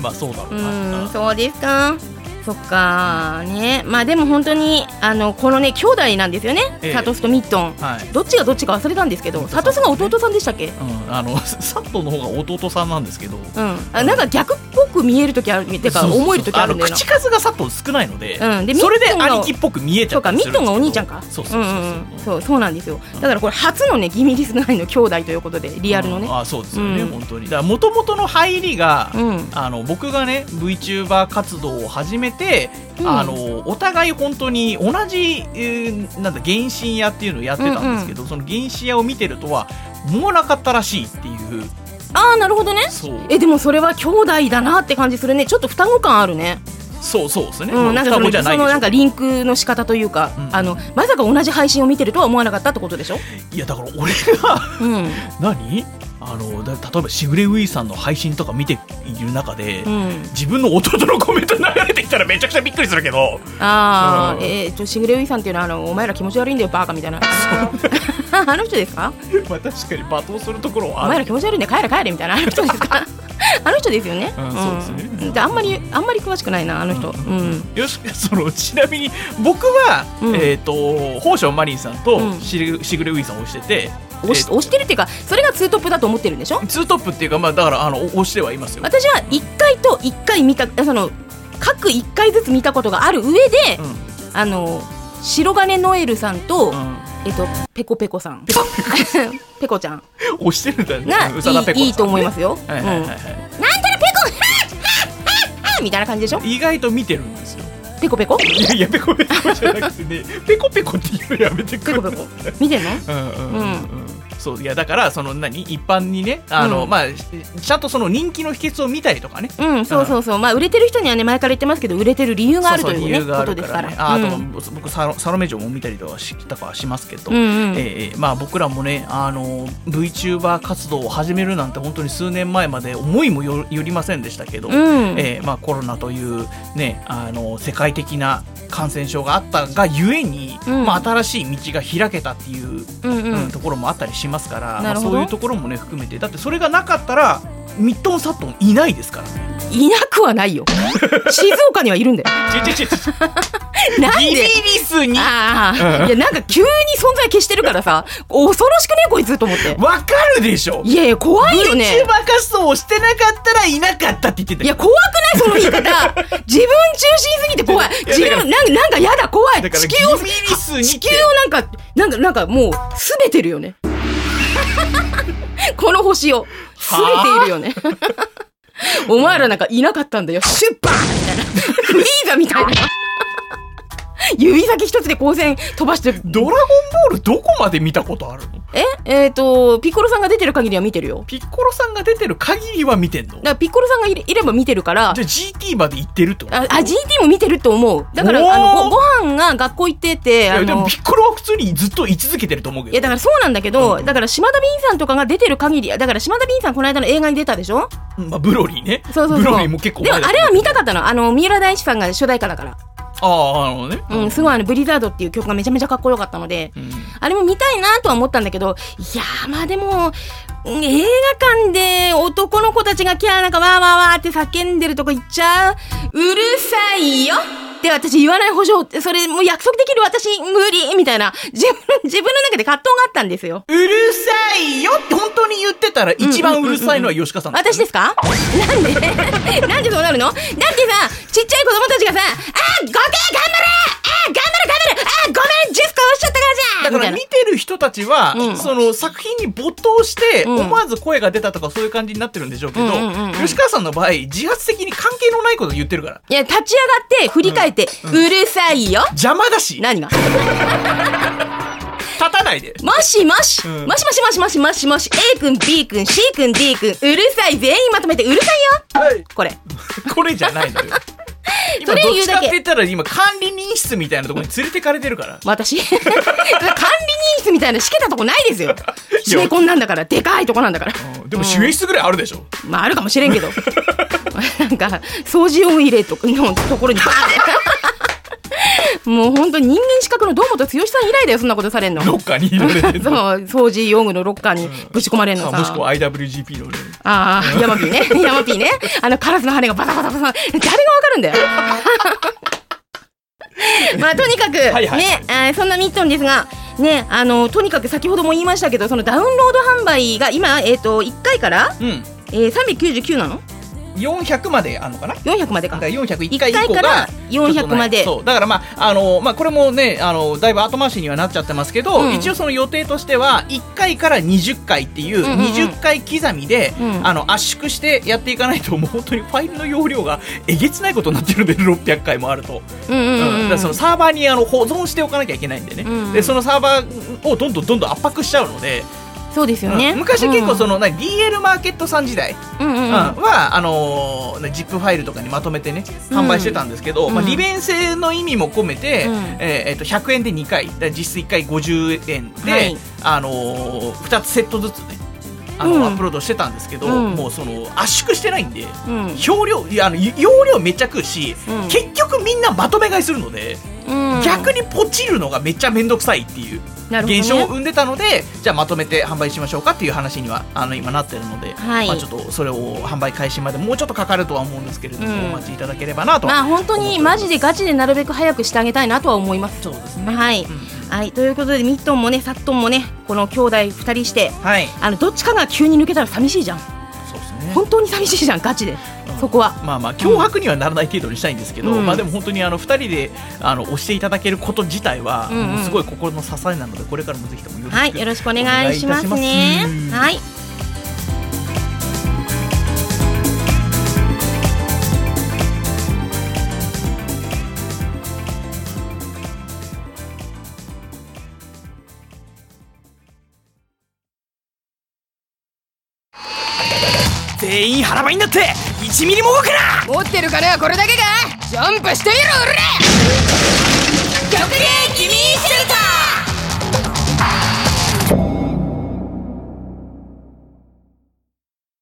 B: まあそうだろう
A: う
B: な
A: ーんそうですかそっかねまあでも本当にあのこのね兄弟なんですよね、
B: ええ
A: サトスとミットン、
B: はい
A: どっちがどっちか忘れたんですけど
B: ミット
A: サ
B: ン
A: トスが弟さんでしたっけ
B: うん、あの 佐藤の方が弟さんなんですけど
A: うん、あなんか逆っぽく見える時あるてか
B: そうそうそう
A: 思える時あるんだよな
B: の口数が佐藤少ないので,、
A: うんで
B: それで
A: ミットンが
B: 兄貴っぽく見えちゃ
A: そう
B: った
A: か
B: り
A: ミ
B: する
A: ットン
B: んですけど
A: がお兄ちゃんか
B: そうそうそうそう,、
A: んんんそうそうなんですよだからこれ初のねギミリスナーの兄弟ということでリアルのね
B: うんあそうですよね、
A: うん
B: 本当にだからもともとの入りが、
A: うん
B: あの僕がね VTuber 活動を始めて、
A: うん
B: あのお互い本当に同じ、えーなんだ原神屋っていうのをやってたんですけど、その原神屋を見てるとはもうなかったらしいっていう
A: ああなるほどね
B: そう
A: えでもそれは兄弟だなって感じするねちょっと双子感あるね
B: そうそうですね、
A: うんなんかそ
B: 双子
A: の
B: じゃな
A: そ
B: いで
A: の
B: し
A: な
B: ょ
A: んかリンクの仕方というか、
B: うん
A: あのまさか同じ配信を見てるとは思わなかったってことでしょ
B: いやだから俺が
A: うん
B: 何あのだ例えばしぐれウィーさんの配信とか見ている中で、
A: うん
B: 自分の弟のコメント流れてきたらめちゃくちゃびっくりするけど
A: ああ、
B: うん
A: えー、ちょしぐれういさんっていうのはあのお前ら気持ち悪いんだよバカみたいな あの人ですか
B: まあ確かに罵倒するところ
A: お
B: はあ
A: 前
B: る
A: ら気持ち悪いんで帰れ帰れみたいなあの人です かあの人ですよね、
B: うんそうですね
A: んであんまりあんまり詳しくないなあの人うん
B: よしそのちなみに僕は、
A: うん
B: えっ、と宝生マリンさんと
A: うん
B: しぐしぐれウィーさんを押してて、
A: 押し
B: えー
A: 押してるっていうかそれがツートップだと思ってるんでしょ
B: ツートップっていうかまあだからあの押してはいますよ、
A: 私は1回と1回見たその各1回ずつ見たことがある上で、
B: うんうん
A: あの白金ノエルさんと、えっとペコペコさんペコちゃん
B: 押してるんだ
A: が
B: ね
A: い
B: 宇佐田ペコさん
A: いいいと思いますよ、
B: はいはいはいは
A: うん
B: い
A: なんたらペコはっはっはっはみたいな感じでしょ
B: 意外と見てるんですよ
A: ペコペコ
B: いやいやペコペコじゃなくてね ペコペコっていうのやめてく
A: ペ
B: れ
A: コペコ見てんの
B: うんうんうん
A: う
B: うんそういやだからその何一般にねあの、
A: うん
B: まあちゃんとその人気の秘訣を見たりとかね
A: うん、そうそうそう、まあ売れてる人にはね前から言ってますけど売れてる理由があるというね
B: そうそう理由があ
A: こと
B: る
A: で
B: か
A: すからら。
B: ねああ
A: うん
B: と僕僕サロサロメ嬢も見たりとかしたかはしますけど、
A: うんうん
B: ええまあ、僕らもねあの VTuber 活動を始めるなんて本当に数年前まで思いもよよりませんでしたけど、
A: うん
B: ええまあ、コロナという、ね、あの世界的な感染症があったがゆえに、
A: うん
B: まあ、新しい道が開けたっていう、
A: うんう
B: うんんところもあったりしますから、ま
A: な
B: あ、
A: るほど
B: そういうところもね含めてだってそれがなかったらミットン・サットンいないで すからね
A: いなくはないよ静岡にはいるんだよ
B: ちょちょちょちょ
A: なん
B: イギ
A: で
B: リスに
A: ああ、いやなんか急に存在消してるからさ恐ろしくねこいつと思って
B: わかるでしょ
A: いやいや怖いよね
B: VTuber 活動をしてなかったらいなかったって言ってた
A: いや、怖くないその言い方 自分中心すぎて怖い
B: いや
A: 自
B: だか
A: 分なんかなんかやだ怖い
B: だから
A: 地球を
B: ギリギリスにって
A: 地球をなんかなんかなんかもうすべてるよね この星をすべているよねお前らなんかいなかったんだよシュッバーンみたいなフリーザみたいな指先一つで光線飛ばして
B: ドラゴンボールどこまで見たことあるの
A: ええっ、とピッコロさんが出てる限りは見てるよ
B: ピッコロさんが出てる限りは見てんの
A: だからピッコロさんがいれいれば見てるから
B: じゃあ GT まで行ってるってこと
A: あ、あ GT も見てると思う。だから、
B: おー
A: あの、ご、ご飯が学校行ってて、
B: い
A: あ
B: やでも
A: の
B: ピ、ッコロは普通にずっと居続けてると思うけ
A: い
B: ど
A: や、だからそうなんだけど、
B: うん
A: だから島田敏さんとかが出てる限り、だから島田敏さんこの間の映画に出たでしょ
B: まあ、ブロリーね
A: そうそうそう。
B: ブロリーも結構
A: でも、
B: 前だ
A: あ
B: けど
A: れは見たかったの。あの、三浦大知さんが初代歌だから。
B: あああのね
A: うん、すごいあの、ブリザードっていう曲がめちゃめちゃかっこよかったので、
B: うん
A: あれも見たいなとは思ったんだけど、いやー、まあでも、うん映画館で男の子たちがキャーなんかわーわーわーって叫んでるとこ行っちゃう。うるさいよって私言わない保証、それもう約束できる私無理みたいな、自分、自分の中で葛藤があったんですよ。
B: うるさいよって本当に言ってたら一番うるさいのは吉川さんだった
A: 私ですかなんで なんでそうなるのだってさ、ちっちゃい子供たちがさ、あー、5点頑張れあー、頑張れ頑張れあー、ごめん、ジュースこぼしちゃったからじゃん
B: だか
A: みた
B: ら
A: いな
B: 見。てる人たちは、
A: うん
B: その作品に没頭して
A: うん
B: 思わず声が出たとかそういう感じになってるんでしょうけど、
A: うんうんうんうん
B: 吉川さんの場合自発的に関係のないこと言ってるから
A: いや、立ち上がって、振り返って、うるさいよ
B: 邪魔だし
A: 何が
B: 立たないで
A: もしもし、
B: うん
A: もしもしもしもしもしもし A 君 B 君 C 君 D 君うるさい全員まとめてうるさいよ
B: はい
A: これ
B: これじゃ ないのよ今
A: そ
B: ど
A: れ
B: っ
A: 言う
B: ち
A: だ
B: かっ
A: け
B: て言ったら今管理人室みたいなところに連れてかれてるから
A: 私 管理人室みたいなしけたとこないです よシメコンなんだからでかいとこなんだから
B: うんでも守衛室ぐらいあるでしょ、
A: まああるかもしれんけど なんか掃除用入れとのところに バーンってもう本当人間資格の堂本剛さん以来だよそんなことされんの
B: どっかに入れられて る
A: そう掃除用具のロッカーにぶち込まれるの
B: あ
A: さ
B: もしくは IWGP のね
A: ああ、ヤマピ ーね。ヤマピーね。あの、カラスの羽がバタバタバタ。誰がわかるんだ よ。まあ、とにかく、
B: いはい
A: ね、あーそんなミットンですが、ね、あの、とにかく先ほども言いましたけど、そのダウンロード販売が今、えっ、と、1回から、
B: うん
A: えー、399なの
B: 400まであんのかな
A: ?400 まで
B: だ
A: か
B: か。ら401
A: 1
B: 回
A: 回
B: 以
A: か
B: 降が
A: ら400まで。
B: そうだからまああのまあこれもねあのだいぶ後回しにはなっちゃってますけど、
A: うん
B: 一応その予定としては1回から20回っていう
A: うんうん
B: 20回刻みで、
A: うん
B: あの圧縮してやっていかないともう本当にファイルの容量がえげつないことになってるんで600回もあると、
A: うんう
B: う
A: ん
B: ん
A: うん。
B: だからそのサーバーにあの保存しておかなきゃいけないんでね、
A: うんうん
B: でそのサーバーをどんどんどんどん圧迫しちゃうので、
A: そうですよね。
B: うん昔結構そ
A: の、
B: の、な DL マーケットさん時代
A: うんうんうん。
B: うんはあのー、ジップファイルとかにまとめてね
A: うん
B: 販売してたんですけど、
A: うん
B: まあ、利便性の意味も込めて、
A: うん
B: えーえーと100円で2回だから実質1回50円で、
A: はい
B: あのー、2つセットずつねあの、
A: うん
B: アップロードしてたんですけど、
A: うん
B: もうその圧縮してないんで。
A: うん
B: 容量いやあの容量めっちゃ食うし、
A: うん
B: 結局みんなまとめ買いするので、
A: うん
B: 逆にポチるのがめっちゃ面倒くさいっていう
A: なるほどね
B: 現象を生んでたので、じゃあまとめて販売しましょうかっていう話にはあの今なってるので、
A: はい
B: まあ、ちょっとそれを販売開始までもうちょっとかかるとは思うんですけれども、
A: うん
B: お待ちいただければなと、
A: まあ本当にマジでガチでなるべく早くしてあげたいなとは思います。
B: そうですね、
A: はい、
B: うん
A: はい、ということでミットンもねサットンもねこの兄弟2人して
B: はい
A: あのどっちかが急に抜けたら寂しいじゃん
B: そうですね
A: 本当に寂しいじゃんガチで、
B: うん
A: そこは
B: まあまあ脅迫にはならない程度にしたいんですけど、
A: うん
B: まあでも本当にあの2人であの押していただけること自体は、
A: うんうん
B: もうすごい心の支えなのでこれからもぜひともよろしく、
A: はいよろしくお願いします
B: お願いい
A: ね
B: たします
A: はい
B: 全員腹ばいになって1ミリも動くな
D: 持ってる金はこれだけかジャンプしてみろ俺ら極限君シェルタ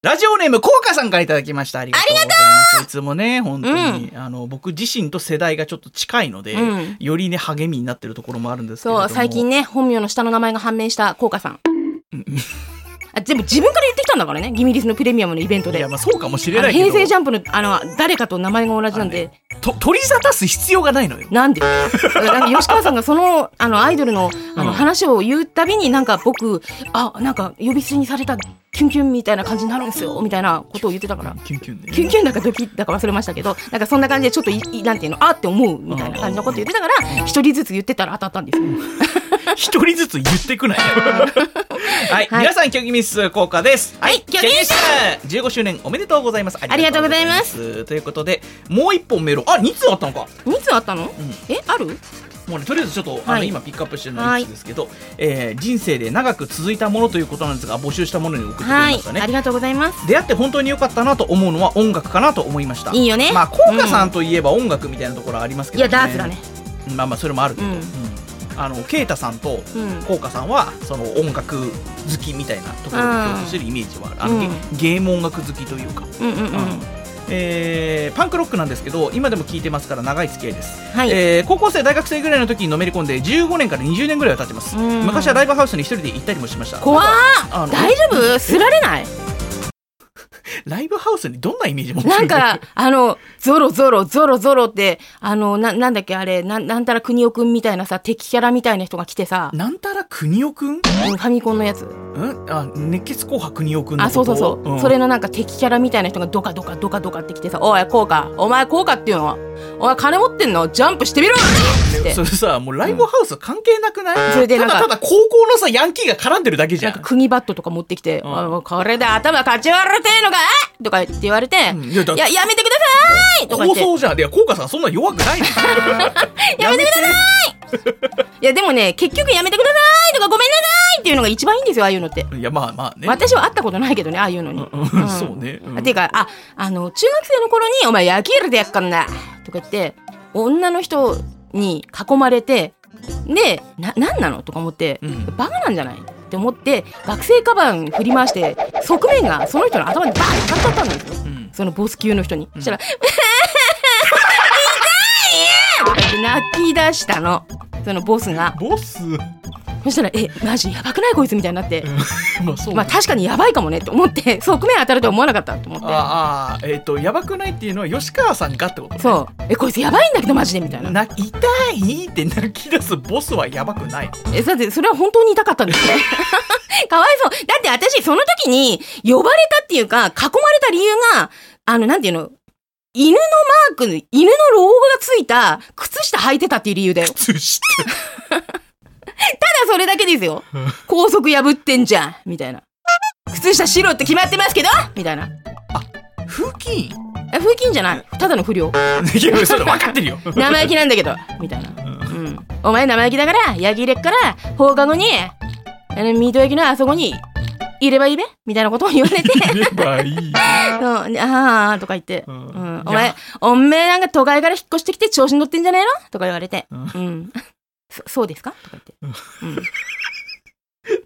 B: ラジオネーム、こうかさんからいただきました。ありがとうございます。いつもね、本当に、あの、僕自身と世代がちょっと近いので、
A: うん
B: よりね、励みになってるところもあるんですけれ
A: そ
B: ども。
A: う 最近ね本名の下の名前が判明した効果さんあ全部自分から言ってきたんだからねギミリスのプレミアムのイベント
B: い
A: で
B: やまあそうかもしれ
A: あ
B: な
A: の
B: いけど
A: 平成ジャンプのあの誰かと名前が同じなんで、
B: と取り沙汰す必要がないのよ
A: なん でなんか吉川さんがそのあのアイドルのあ
B: う
A: の
B: ん
A: 話を言うたびになんか僕あなんか呼び捨てにされたキュンキュンみたいな感じになるんですよみたいなことを言ってたから
B: キュンキュンで
A: キュンキュンだかドキッだか忘れましたけどなんかそんな感じでちょっといいなんていうのあって思うみたいな感じのこと言ってたから一人ずつ言ってたら当たったん ですよ。
B: 一人ずつ言って くないはい、
A: はい
B: 皆さん、キョギミス効果です。
A: はいキョギミス
B: 15周年おめでとうございます。あ
A: りがとうございます
B: す。ということで、もう一本メール、あ、2通あったのか。
A: 2つあったの、えある
B: もうね、とりあえずちょっと、あ
A: は
B: の、
A: い
B: 今ピックアップしてるのはいつですけど、えー人生で長く続いたものということなんですが、募集したものに送ってくれ
A: は
B: ま
A: い
B: したね
A: あ。りがとうございます。
B: 出会って本当に良かったなと思うのは音楽かなと思いました
A: いいよね
B: まあ効果さんといえば音楽みたいなところあります
A: い
B: けど、
A: やダーツだね。
B: まあまあそれもあるけど、
A: うん
B: うんあのケイタさんと
A: うん
B: 効果さんはその音楽好きみたいなところに共通してるイメージはあるあの、
A: うん
B: ゲゲーム音楽好きというか、
A: うんうんうん。
B: えーパンクロックなんですけど今でも聴いてますから長い付き合いです、
A: はい
B: えー高校生大学生ぐらいの時にのめり込んで15年から20年ぐらいは経ってます
A: うん
B: 昔はライブハウスに一人で行ったりもしました
A: 怖
B: あ
A: ー
B: の
A: 大丈夫すられない
B: ライブハウスにどんなイメージ持ってる
A: なんか、あの、ゾロゾロ、ゾロゾロって、あの、な、なんだっけ、あれ、なん、なんたら国オくんみたいなさ、敵キャラみたいな人が来てさ、
B: なんたら国尾くん
A: うんファミコンのやつ。
B: うんあ熱血紅白国尾くんのこと
A: あ、そうそうそう。
B: ん
A: それのなんか敵キャラみたいな人がドカドカドカドカって来てさ、おい、こうか、お前こうかっていうのは、お前金持ってんのジャンプしてみろって。
B: それさもうライブハウス関係なくない、
A: それでなん
B: た
A: か
B: だただ高校のさヤンキーが絡んでるだけじゃ
A: なん
B: ん
A: か国バットとか持ってきて、
B: ん
A: あのこれで頭かち割れてんのかえとか言って言われて、
B: ん
A: い
B: いやだ
A: や、やめてくださいとか言
B: 放
A: って。
B: 送じゃんいや効果さんそんな弱くないの
A: やめてくださいいやでもね結局やめてくださいとかごめんなさいっていうのが一番いいんですよああいうのって、
B: いやまあまあね
A: 私は会ったことないけどねああいうのに、
B: うんうんそうねうん
A: ていうかああの中学生の頃に「お前野球やるでやっかんな」とか言って女の人に囲まれてでな何なのとか思って、
B: うん
A: バカなんじゃないって思って学生カバン振り回して側面がその人の頭にバーン当たっちゃったんですよ、
B: ん
A: そのボス級の人に、そしたら泣き出したのそのボスが
B: ボス
A: そしたら「えマジやばくないこいつ」みたいになって、
B: まあそう、
A: まあ確かにやばいかもねと思って側面当たるとは思わなかったと思っ
B: ああえっ、とやばくないっていうのは吉川さんがってこと
A: て
B: ね
A: そう「えこいつやばいんだけどマジで」みたいな
B: な痛いって泣き出すボスはやばくない
A: えだってそれは本当に痛かったんですね かわいそうだって私その時に呼ばれたっていうか囲まれた理由があのなんていうの犬のマーク犬のロゴがついた靴下履いてたっていう理由だよ
B: そして
A: ただそれだけですよ。高速破ってんじゃんみたいな。靴下白って決まってますけどみたいな。
B: 風紀委員
A: え、風紀委員じゃない。ただの不良。
B: いやそれ分かってるよ
A: 生意気なんだけど。みたいな。うん。お前生意気だから、焼き入れっから、放課後に、あの、ミート焼きのあそこに、いればいいべみたいなことを言わ れて、
B: 言えばいい
A: そうねあーとか言って、うん
B: ん
A: お前、おめえなんか都会から引っ越してきて調子に乗ってんじゃねえのとか言われて、うんん。 そそうですかとか言って。うん。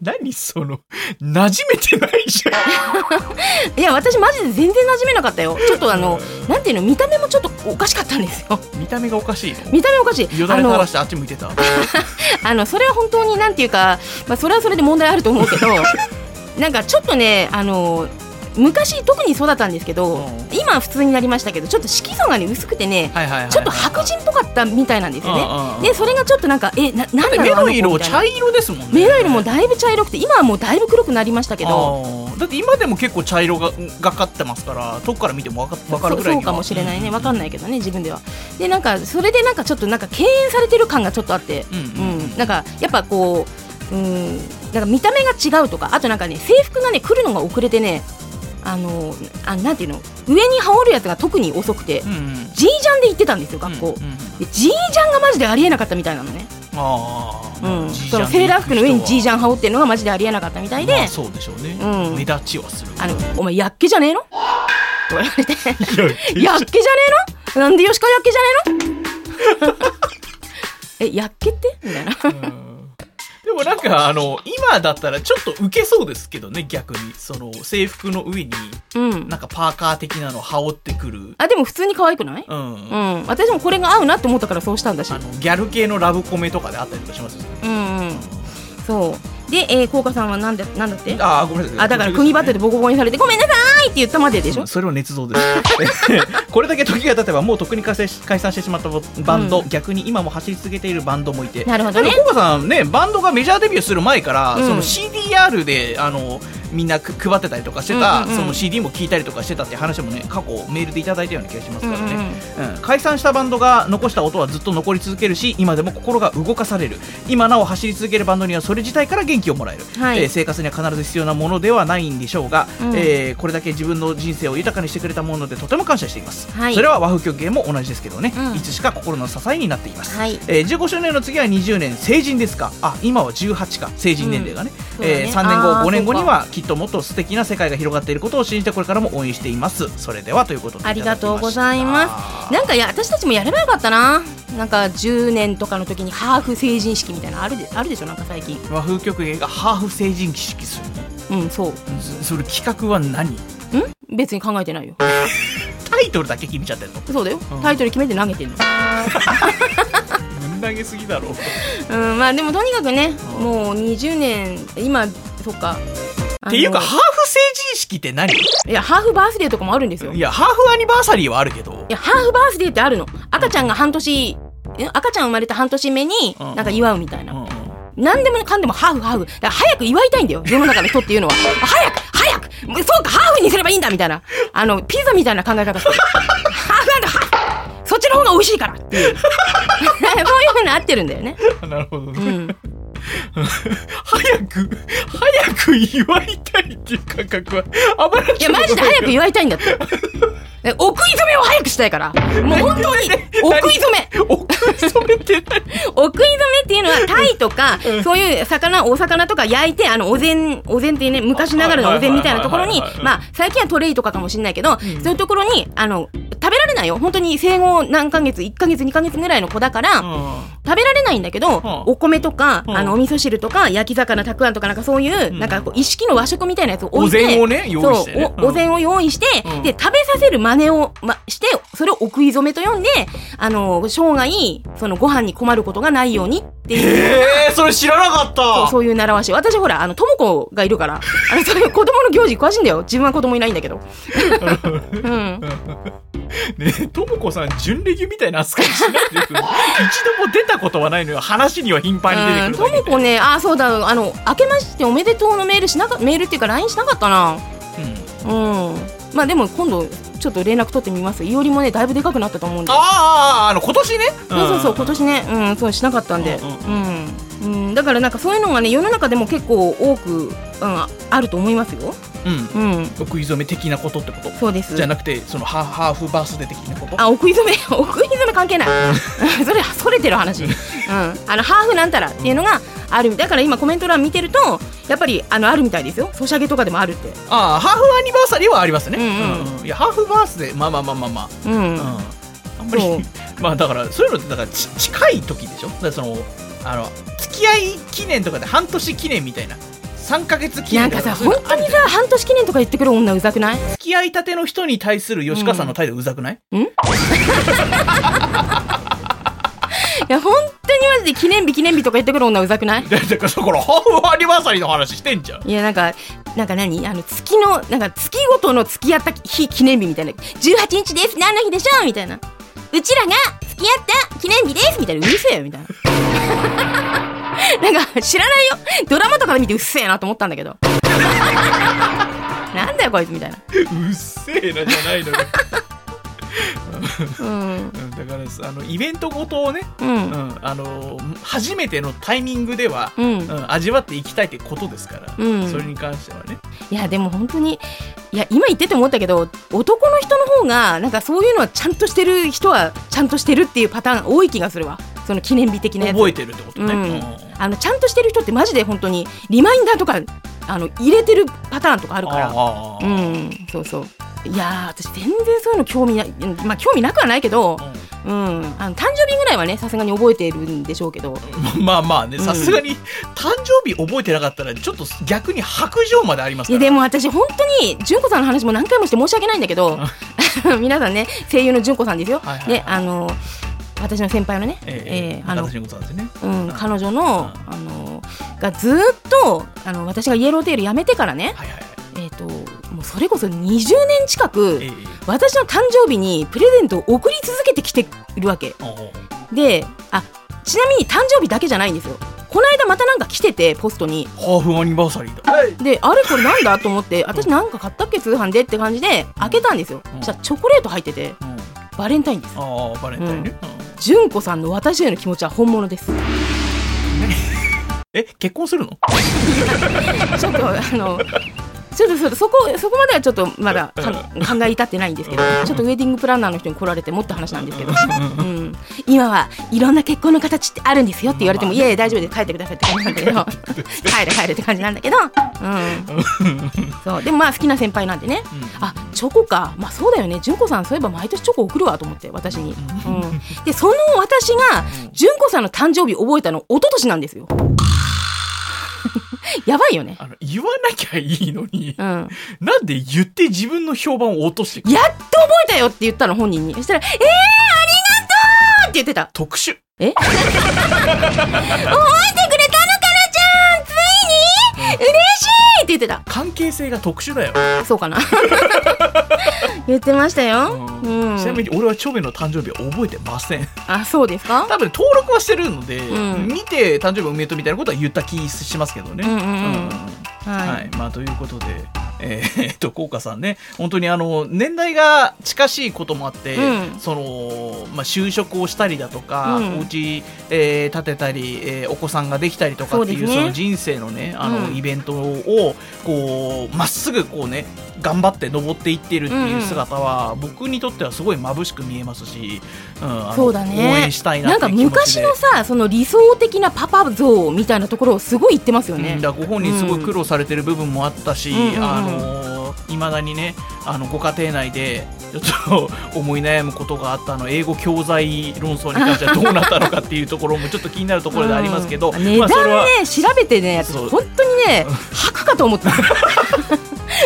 B: 何その馴染めてないじゃ
A: いや私マジで全然馴染めなかったよちょっとあのなんていうの見た目もちょっとおかしかったんですよ
B: ん見た目がおかしいの
A: 見た目おかしい
B: よだ
A: あ
B: れ垂
A: の
B: らしてあっち向いてた
A: あのそれは本当になんていうか、まあ、それはそれで問題あると思うけ どなんかちょっとねあの昔特にそうだったんですけど、
B: うん
A: 今は普通になりましたけどちょっと色素がね薄くてね、
B: はいはいはいはい
A: ちょっと白人っぽかったみたいなんですよね、
B: うんうんうん
A: でそれがちょっとなんかえななんなの
B: 目の
A: あ
B: 色
A: 子みたいな
B: 茶色ですもんね
A: 目の色もだいぶ茶色くて今はもうだいぶ黒くなりましたけど
B: あーだって今でも結構茶色ががかってますから遠くから見てもわかわかるぐらい
A: そうそ
B: に
A: う
B: は
A: かもしれないねわかんないけどね自分ではでなんかそれでなんかちょっとなんか敬遠されてる感がちょっとあって
B: うん
A: う
B: うん
A: んなんかやっぱこううんなんか見た目が違うとかあとなんかね制服がね来るのが遅れてねあのあなんていうの上に羽織るやつが特に遅くて
B: うんうん
A: ジージャンで行ってたんですよ学校
B: うんうん
A: でジージャンがマジでありえなかったみたいなのね
B: あ
A: う
B: ー
A: ん
B: ジージャン
A: そのセーラー服の上にジージ
B: ャン
A: ャン羽織ってるのがマジでありえなかったみたいで
B: まあ、そうでしょうね、
A: うん
B: 目立ちはする
A: あのお前やっけじゃねえのと言われて
B: い
A: やっけじゃねえのなんで吉川やっけじゃね えのえやっけってみたいな
B: でもなんかあの今だったらちょっとウケそうですけどね逆にその制服の上に
A: うん
B: なんかパーカー的なの羽織ってくる
A: あでも普通に可愛くない
B: うん、
A: う
B: あ
A: ん私もこれが合うなって思ったからそうしたんだし
B: のギャル系のラブコメとかであったりとかしますよね
A: うんうんそうで、えー、効果さんはなんだなんだって
B: あーごめんなさい
A: あだから国バットでボコボコにされて「ごめんなさい!」って言ったまででしょ
B: それも捏造です これだけ時が経てばもうとっくに解散し解散してしまったバンド、
A: う
B: 逆に今も走り続けているバンドもいて
A: なるほどね
B: でもコバさんねバンドがメジャーデビューする前から、
A: うん
B: その CDR であのみんなく配ってたりとかして
A: う
B: た、
A: んうんうん
B: その CD も聴いたりとかしてたって話もね過去メールでいただいたような気がしますからね、
A: うんうんうん
B: うん解散したバンドが残した音はずっと残り続けるし今でも心が動かされる今なお走り続けるバンドにはそれ自体から元気をもらえる、
A: はい
B: えー生活には必ず必要なものではないんでしょうが、
A: うん
B: えーこれだけ自分の人生を豊かにしてくれたものでとても感謝しています、
A: はい
B: それは和風曲芸も同じですけどね、
A: うん
B: いつしか心の支えになっています、
A: はい
B: えー15周年の次は20年成人ですかあ今は18か成人年齢がね,、
A: うんそうだね
B: え3年後
A: あー
B: 5年後
A: そう
B: に
A: か
B: はきっともっと素敵な世界が広がっていることを信じてこれからも応援していますそれではということで
A: ありがとうござい
B: ただきました
A: ますなんかや私たちもやればよかったななんか10年とかの時にハーフ成人式みたいなのあるであるでしょなんか最近
B: 和風曲芸がハーフ成人式する
A: うんそう
B: のそそれ企画は何
A: ん別に考えてないよ
B: タイトルだけ決めちゃってんの
A: そうだよ、
B: ん
A: タイトル決めて投げてるの
B: ぶん投げすぎだろ
A: うんまあでもとにかくね
B: うん
A: もう20年今そっかっ
B: っていうかハーフ成人式って何い
A: いやハーフバースデーとかもあるんですよいや
B: やハーフアニバーサリーはあるけど
A: ハーフバースデーってあるの赤ちゃんが半年え赤ちゃん生まれた半年目に
B: うん
A: なんか祝うみたい
B: うんうん
A: な、なんでもかんでもハーフハーフだから早く祝いたいんだよ世の中の人っていうのはあ早く早くそうかハーフにすればいいんだみたいなあのピザみたいな考え方してハーフハーフそっちの方が美味しいからっていう そういうふうになってるんだよ ね
B: なるほどね、
A: うん
B: 早く早く祝いたいっていう感覚はあまり
A: いや、マジで早く祝いたいんだって。 えお食い初めを早くしたいから。もう本当に、お食い初め。
B: おかしそれって何
A: お食い初めっていうのは、タイとか、そういう魚、お魚とか焼いて、あの、お膳、お膳っていうね、昔ながらのお膳みたいなところ
B: はい
A: に
B: はいはいはいは、い
A: まあ、最近はトレイとかかもしれないけど、そういうところに、あの、食べられないよ。本当に生後何ヶ月、1ヶ月、2ヶ月ぐらいの子だから、食べられないんだけど、
B: ん
A: お米とか、
B: ん
A: あのお味噌汁とか焼き魚たくあんとかなんかそういう、なんかこう一式の和食みたいなやつを置いて
B: お膳をね用意してね
A: そうおお膳を用意して、
B: うん
A: で食べさせる真似を、ま、してそれをお食い初めと呼んであの生涯そのご飯に困ることがないようにっていう。
B: えー、それ知らなかった
A: そうそういう習わし私ほらあの智子がいる からあのそういう子供の行事詳しいんだよ自分は子供いないんだけどうん
B: ねえ、ともこさん、準レギュみたいな扱いしないでくれ一度も出たことはないのよ。話には頻繁に出てく
A: と
B: るだ
A: も
B: け
A: こねあそうだあの明けましておめでとうのメールしなかメールっていうか LINE しなかったな
B: うん
A: うんまあでも今度ちょっと連絡取ってみますいおりもねだいぶでかくなったと思うんで
B: あーあー、あの、今年ね。
A: そうそうそう今
B: ん
A: 年ねうんそうしなかったんで
B: うんう
A: うん、うんだからなんかそういうのがね世の中でも結構多く、うん、あると思いますよ
B: うん。
A: うん
B: お食い初め的なことってこと
A: そうです
B: じゃなくて、そのハーハーフバースデー的なこと
A: あお食 い初めお食い初め関係ないそれそれてる話、うん、あのハーフなんたらっていうのがあるだから今コメント欄見てるとやっぱりあのあるみたいですよソシャゲとかでもあるって
B: ああ、ハーフアニバーサリーはありますね。
A: うんうん
B: いや、ハーフバースデー、まあまあまあまあまあ。
A: うん、
B: うん。あんまり
A: そう、
B: まあだから、そういうのって、だからち、近い時でしょだからその、あの、付き合い記念とかで半年記念みたいな。3ヶ月記
A: なん
B: 念と
A: かさ
B: そう
A: 本
B: いうのあ
A: 当
B: る
A: に
B: じゃん
A: さ半年記念とか言ってくる女うざくない
B: 付き合いたての人に対する吉川さんの態度うざくない、
A: いや本当にマジで記念日記念日とか言ってくる女うざくない
B: だからそこらハーフアニバーサリーの話してんじゃん
A: いやなんかなんか何あの月のなんか月ごとの付き合った日記念日みたいな18日です何の日でしょうみたいなうちらが付き合った記念日ですみたいなうる せえよみたいななんか知らないよドラマとかで見てうっせえなと思ったんだけどなんだよこいつみたいな
B: うっせえなじゃないのよ
A: うん
B: うんだからさあのイベントごとをね、
A: うん
B: うんあの初めてのタイミングでは、
A: うん
B: うん味わっていきたいってことですから、
A: うん
B: それに関してはね
A: いやでも本当にいや今言ってて思ったけど男の人の方がなんかそういうのはちゃんとしてる人はちゃんとしてるっていうパターン多い気がするわその記念日的なやつ
B: 覚えてるってことね、
A: うん
B: うん
A: あのちゃんとしてる人ってマジで本当にリマインダーとかあの入れてるパターンとかあるから
B: あ
A: う
B: ー
A: んそうそういやー私全然そういうの興味ないうんまあ興味なくはないけど、うん、あの誕生日ぐらいはねさすがに覚えてるんでしょうけど
B: うんまあまあね
A: うん
B: さすがに誕生日覚えてなかったらちょっと逆に白状まであります
A: い
B: か
A: やで
B: ら
A: も私本当に純子さんの話も何回もして申し訳ないんだけど 皆さんね声優の純子さんですよ、
B: はいはいはい
A: であの私の先輩のね、
B: ええ
A: えーあの
B: 私のことなんですね
A: うん、彼女の、
B: うん
A: あのがずっとあの私がイエローテールやめてからね、
B: はいはいはい
A: えー、ともうそれこそ20年近く、
B: ええ
A: 私の誕生日にプレゼントを送り続けてきてるわけ
B: おうおう
A: であちなみに誕生日だけじゃないんですよこの間またなんか来ててポストに
B: ハーフアニバーサリーだ
A: であれこれなんだと思って私なんか買ったっけ通販でって感じで開けたんですよ
B: うん
A: そしたらチョコレート入ってて
B: うん
A: バレンタインです
B: ああバレンタインね、うん
A: 純子さんの私への気持ちは本物ですち
B: え結婚するの
A: ょっとあのちょっとそれそこそこまではちょっとまだかん考え至ってないんですけどちょっとウェディングプランナーの人に来られてもっと話なんですけど、うん、今はいろんな結婚の形ってあるんですよって言われても、いやいや大丈夫です帰ってくださいって感じなんだ けど帰れ帰れって感じなんだけど、うん、そうでもまあ好きな先輩なんでね、あチョコかまあそうだよね純子さんそういえば毎年チョコ送るわと思って私に、うん、でその私が純子さんの誕生日覚えたの一昨年なんです よやばいよね
B: あの言わなきゃいいのに
A: う、ん
B: なんで言って自分の評判を落としてくる
A: やっと覚えたよって言ったの本人にそしたら「えー、ありがとう!」って言ってた
B: 特殊
A: え 覚えてくれたのかなちゃんついに嬉しいって言ってた
B: 関係性が特殊だよ、
A: そうかな 言ってました
B: う
A: よ、うんん、
B: ちなみに俺はチョベの誕生日は覚えてません
A: あそうですか
B: 多分登録はしてるので、
A: うん
B: 見て誕生日おめでとうみたいなことは言った気しますけどね
A: うんうんうん
B: はい、
A: はい、
B: まあということでえー えっと効果さんね本当にあの年代が近しいこともあって、
A: うん
B: そのまあ就職をしたりだとか、
A: うん
B: お家、えー建てたり、えーお子さんができたりとかってい
A: そう
B: うそ
A: ですね
B: の人生のねあの、
A: うん
B: イベントをこうまっすぐこうね頑張って登っていってるっていう姿は、僕にとってはすごい眩しく見えますし、うんあの
A: そうだね
B: 応援したいな
A: な
B: っ
A: ん
B: て
A: か
B: いう気持ち
A: 昔
B: で
A: のさその理想的なパパ像みたいなところをすごい言ってますよね
B: うん、だからご本人すごい苦労されてる部分もあったし、
A: うんうんうんうん
B: あのいまだにねあのご家庭内でちょっと思い悩むことがあったあの英語教材論争に関してはどうなったのかっていうところもちょっと気になるところでありますけど、
A: うん値
B: まあそれは
A: 段ね調べてね私
B: そう
A: 本当にね吐くかと思った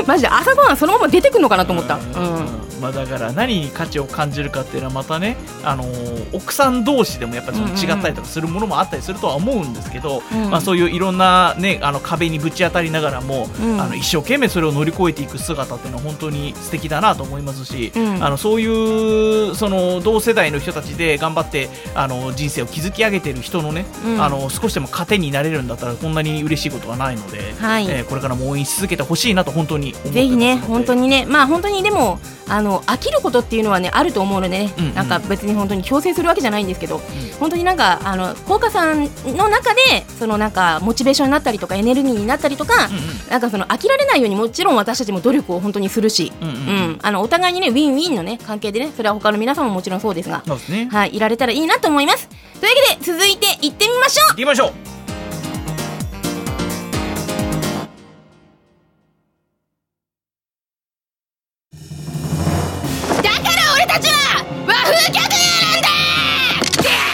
A: マジで朝ごはんそのまま出てくるのかなと思った、うん
B: うんまあ、だから何に価値を感じるかっていうのはまたね、あのー奥さん同士でもやっぱりその違ったりとかするものもあったりするとは思うんですけど、
A: うん
B: まあ、そういういろんな、ね、あの壁にぶち当たりながらも、
A: うん
B: あの一生懸命それを乗り越えていく姿っていうのは本当に素敵だなと思いますし、
A: うん
B: あのそういうその同世代の人たちで頑張ってあの人生を築き上げてる人のね、
A: うん
B: あの少しでも糧になれるんだったらこんなに嬉しいことはないので、
A: はい
B: えーこれからも応援し続けてほしいなと本当に思ってますので
A: ぜひね、本当にね、まあ本当にでも、あの飽きることっていうのはね、あると思うのでね、
B: うんうん
A: なんか別に本当に強制するわけじゃないんですけど、本当になんか、あの効果さんの中で、そのなんかモチベーションになったりとか、エネルギーになったりとか、
B: うんうん
A: なんかその飽きられないように、もちろん私たちも努力を本当にするし、
B: うんうん
A: あのお互いにね、ウィンウィンのね、関係でね、それは他の皆さんももちろんそうですが、
B: そうですね。
A: はい、いられたらいいなと思います。というわけで、続いて行ってみましょう
B: 行きましょう。
D: だから俺たちは和風曲芸なんだ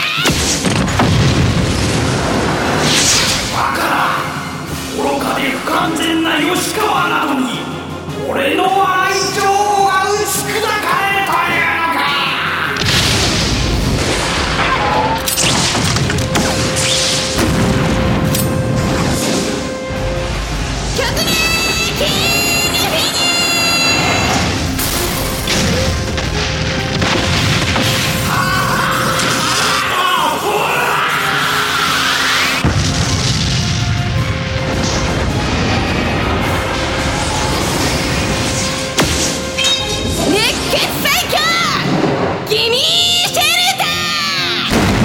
E: 愚かで不完全な吉川などに俺の愛情が打ち砕かれたやが
D: 熱血最強ギミーシェルタ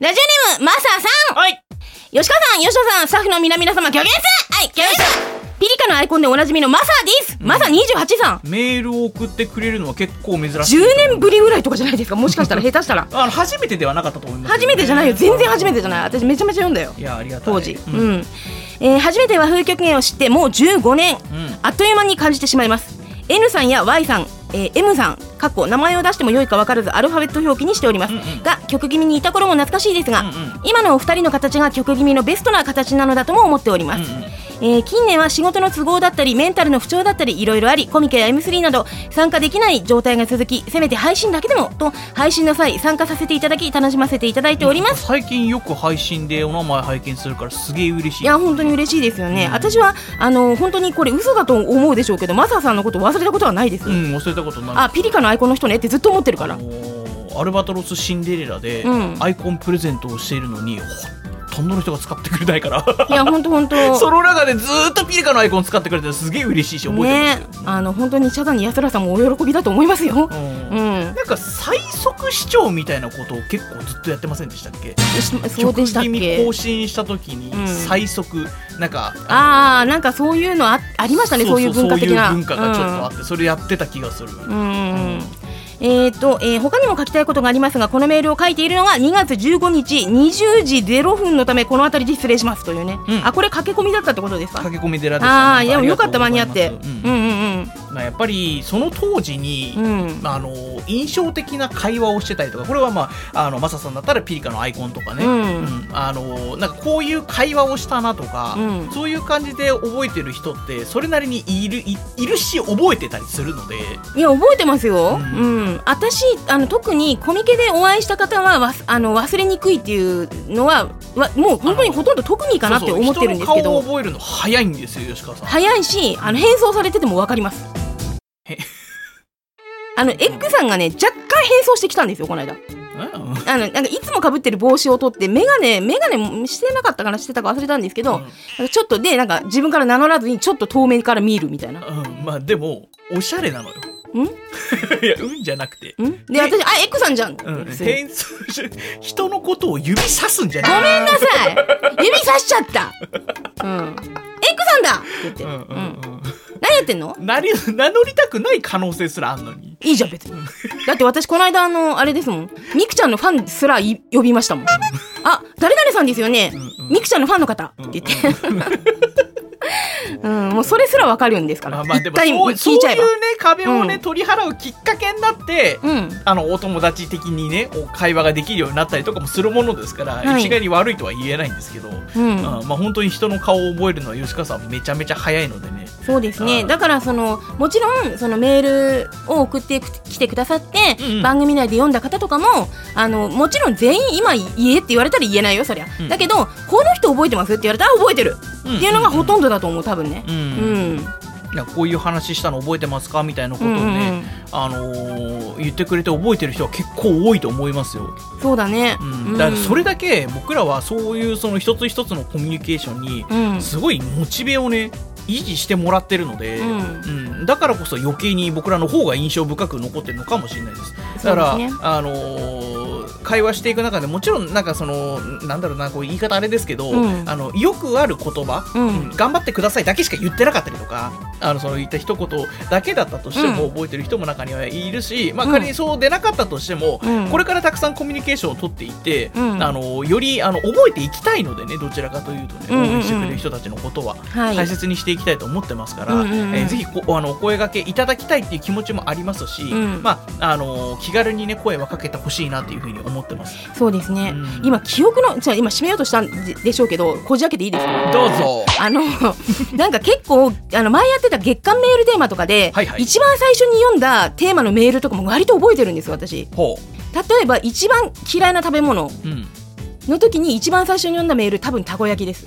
A: ラジオネーム、マサさん
B: はい。
A: 吉川さん、吉野さん、スタッフの皆々様、ギョゲンスはい、ギョゲンスピリカのアイコンでおなじみのマサです、マサ28さん
B: メールを送ってくれるのは結構珍しい。
A: 10年ぶりぐらいとかじゃないですかもし かしたら下手したら
B: あの初めてではなかったと思います。
A: 初めてじゃないよ全然初めてじゃない私めちゃめちゃ読んだよ
B: いやありがたい。
A: 当時、う
B: うんん。
A: えー初めて和風曲芸を知ってもう15年、
B: ん
A: あっという間に感じてしまいます N さんや Y さん、えー M さんかっこ名前を出しても良いか分からずアルファベット表記にしております、が曲気味にいた頃も懐かしいですが、
B: んうん
A: 今のお二人の形が曲気味のベストな形なのだとも思っております、えー近年は仕事の都合だったりメンタルの不調だったりいろいろありコミケや M3 など参加できない状態が続きせめて配信だけでもと配信の際参加させていただき楽しませていただいております
B: 最近よく配信でお名前拝見するからすげえ嬉しい
A: いや本当に嬉しいですよね、私はあの本当にこれ嘘だと思うでしょうけどマサさんのこと忘れたことはないです、
B: うん忘れたことない
A: あピリカのアイコンの人ねってずっと思ってる から
B: あのーアルバトロスシンデレラで、
A: うん
B: アイコンプレゼントをしているのにほとんどの人が使ってくれないから
A: いや本当本当
B: その中でずーっとピリカのアイコン使ってくれてすげえ嬉しいし覚え
A: ね
B: てますよ、
A: あの本当に社団に安らさんもお喜びだと思いますよ。
B: う
A: うんん、
B: なんか最速視聴みたいなことを結構ずっとやってませんでしたっけ
A: しそうでしたっ
B: 曲気
A: け
B: 味更？新した時
A: うん
B: に最速、なんか
A: ああ、なんかそういうのあありましたね、そういう文化的な。
B: そういう文化がちょっとあって、それやってた気がする、
A: うんうんえーとえー他にも書きたいことがありますがこのメールを書いているのが2月15日20時0分のためこの辺りで失礼しますというね、
B: うん
A: あこれ駆け込みだったってことですか
B: 駆け込み寺です
A: あ
B: な
A: あ
B: ん
A: でもよかった間
B: あり
A: に合
B: が
A: っ
B: とうござ
A: て
B: います
A: う
B: うんん
A: うん
B: まあ、やっぱりその当時に、
A: うんうん
B: まあ、あの印象的な会話をしてたりとかこれは、まあ、あのマサさんだったらピリカのアイコンとかね、
A: うん
B: うんあのなんかこういう会話をしたなとか、
A: うん
B: そういう感じで覚えてる人ってそれなりにいるいいるし覚えてたりするので
A: いや覚えてますよ、う
B: うん
A: 私あの特にコミケでお会いした方はわすあの忘れにくいっていうのはわもう本当にほとんど特にかなって
B: そうそう
A: 思ってるんですけ
B: 人の顔を
A: ど
B: 覚えるの早いんですよ吉川さん。
A: 早いしあの変装されてても分かります
B: へ
A: あのエッグさんがね若干変装してきたんですよこの間
B: うん
A: あのなんかいつもかぶってる帽子を取って眼鏡眼鏡してなかったかなしてたか忘れたんですけど、
B: うん
A: なんかちょっとでなんか自分から名乗らずにちょっと遠目から見るみたいな
B: うん、まあでもおしゃれなのよ。
A: ん
B: いやうんじゃなくて。
A: んで私あエッグさんじゃん、って
B: うん、
A: 普通に
B: 変装し人のことを指さすんじゃ
A: ご
B: ない
A: めんなさい 指さしちゃったうんエッグさんだって言って、
B: うんう
A: う
B: ん
A: ん
B: うん
A: 何やってんの
B: なり名乗りたくない可能性すらあんのに
A: いいじゃん別にだって私この間あのあれですもんみくちゃんのファンすらい呼びま したもんあ誰々さんですよね
B: うんうん
A: みくちゃんのファンの方って言って うん、もうそれすらわかるんですから、
B: まあまあで
A: 一
B: も
A: 回聞
B: そう
A: いちゃえば
B: そういうね壁をね、
A: うん
B: 取り払うきっかけになって、
A: うん
B: あのお友達的にねお会話ができるようになったりとかもするものですから、
A: はい
B: 一概に悪いとは言えないんですけど、
A: うん
B: まあ本当に人の顔を覚えるのは吉川さんめちゃめちゃ早いのでね
A: そうです
B: う
A: ね
B: ん
A: だからそのもちろんそのメールを送ってくきてくださって、
B: うんうん
A: 番組内で読んだ方とかもあのもちろん全員今言えって言われたら言えないよそりゃ、
B: ん
A: だけどこの人覚えてますって言われたらあ覚えてる、
B: うん
A: っていうのがほとんどだと思う多分ね
B: う
A: うんん、
B: いやこういう話したの覚えてますかみたいなことをね、
A: うんうんうん
B: あのー言ってくれて覚えてる人は結構多いと思いますよ、
A: そうだね、
B: うん
A: うん
B: だからそれだけ僕らはそういうその一つ一つのコミュニケーションに
A: うん
B: すごいモチベをね維持してもらってるので、
A: うん
B: うんだからこそ余計に僕らの方が印象深く残ってるのかもしれないですだから、
A: そうですね
B: あのー会話していく中でもちろんなんかそのなんだろうなこう言い方あれですけど、
A: うん
B: あのよくある言葉、
A: うん
B: 頑張ってくださいだけしか言ってなかったりとかあのその言った一言だけだったとしても
A: うん
B: 覚えてる人も中にはいるし、まあ、
A: うん
B: 仮にそうでなかったとしても、
A: うん
B: これからたくさんコミュニケーションを取っていって、
A: うん
B: あのよりあの覚えていきたいのでねどちらかというとね
A: うんうんうん
B: 応援してくれる人たちのことは
A: はい
B: 大切にしていきたいと思ってますから、
A: うんうんうん
B: えーぜひこあのお声掛けいただきたいっていう気持ちもありますし、
A: うん
B: まあ、あの気軽にね声はかけてほしいなというふうに思ってます。
A: そうですね、
B: うん
A: 今記憶のじゃあ今締めようとしたんででしょうけどこじ開けていいですか
B: どうぞ
A: あの なんか結構あの前やってた月間メールテーマとかで、
B: はいはい
A: 一番最初に読んだテーマのメールとかも割と覚えてるんですよ私
B: ほ
A: 例えば一番嫌いな食べ物
B: う、うん、
A: の時に一番最初に読んだメール多分たこ焼きです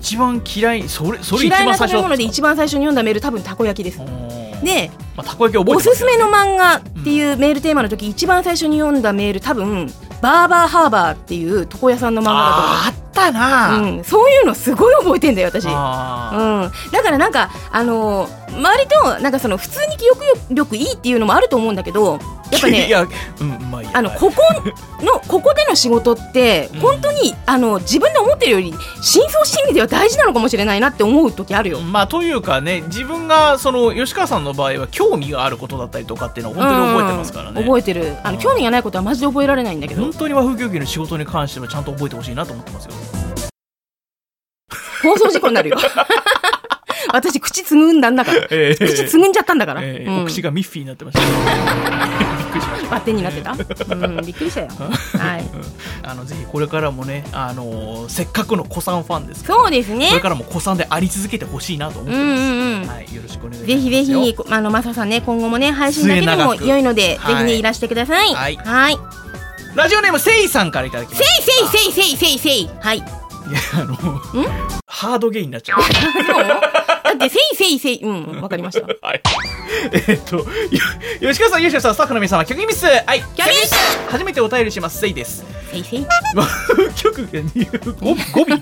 B: 一番嫌いそれそれ一
A: 嫌い
B: 番
A: な
B: 最
A: 食べ
B: 初だった
A: 物
B: ん
A: です
B: か
A: 一番最初に読んだメール多分たこ焼きです
B: うん
A: で
B: まあ、たこ焼き覚え
A: お
B: てます
A: すすめの漫画っていうメールテーマの時一番最初に読んだメール多分バーバーハーバーっていう床屋さんの漫画だと思う
B: あーあったなあ、
A: うん、そういうのすごい覚えてんだよ私
B: あー
A: うん、だからなんか、あのー割となんかその普通に記憶力いいっていうのもあると思うんだけどやっぱ
B: い
A: ね
B: や、うん、まあいいや
A: あのここのここでの仕事って
B: うん
A: 本当に、あの自分で思ってるより深層心理では大事なのかもしれないなって思う時あるよ。
B: まあというかね自分がその吉川さんの場合は興味があることだったりとかっていうのを本当に覚えてますからね、
A: うん覚えてるあの興味がないことはマジで覚えられないんだけど
B: 本当に和風競技の仕事に関してはちゃんと 覚えてほしいなと思ってますよ
A: 放送事故になるよ。私口つぐんだんだから、
B: ええ
A: 口つぐんじゃったんだから、
B: ええ
A: うん
B: お口がミッフィーになってました。びっくりしました。
A: バッテンにな ってた、うん、びっくりしたよはい
B: うんあのぜひこれからもね、あのーせっかくの子さんファンですから、
A: そうですね
B: これからも子さんであり続けてほしいなと思ってま
A: う
B: す。
A: んうんうん
B: はい、よろしくお願いします。
A: ぜひぜひ、あの、マサさんね、今後もね、配信だけでも良いので、ぜ
B: 末永く
A: ひね、
B: はい
A: いらしてください。
B: はい
A: はい。
B: ラジオネームせいさんからいただきま
A: せ
B: し
A: いせいせいせいせいせい。はい。
B: た。いやあのハードゲイになっちゃう。
A: そう だって、せいせいせい、うん、わかりました。
B: はい。えっと、よ吉川さん、吉川さん、スタッフの皆様、曲ミス、はい、
A: キャビス
B: 初めてお便りします、せいです。
A: せいせい。
B: 和風曲芸に語尾 語尾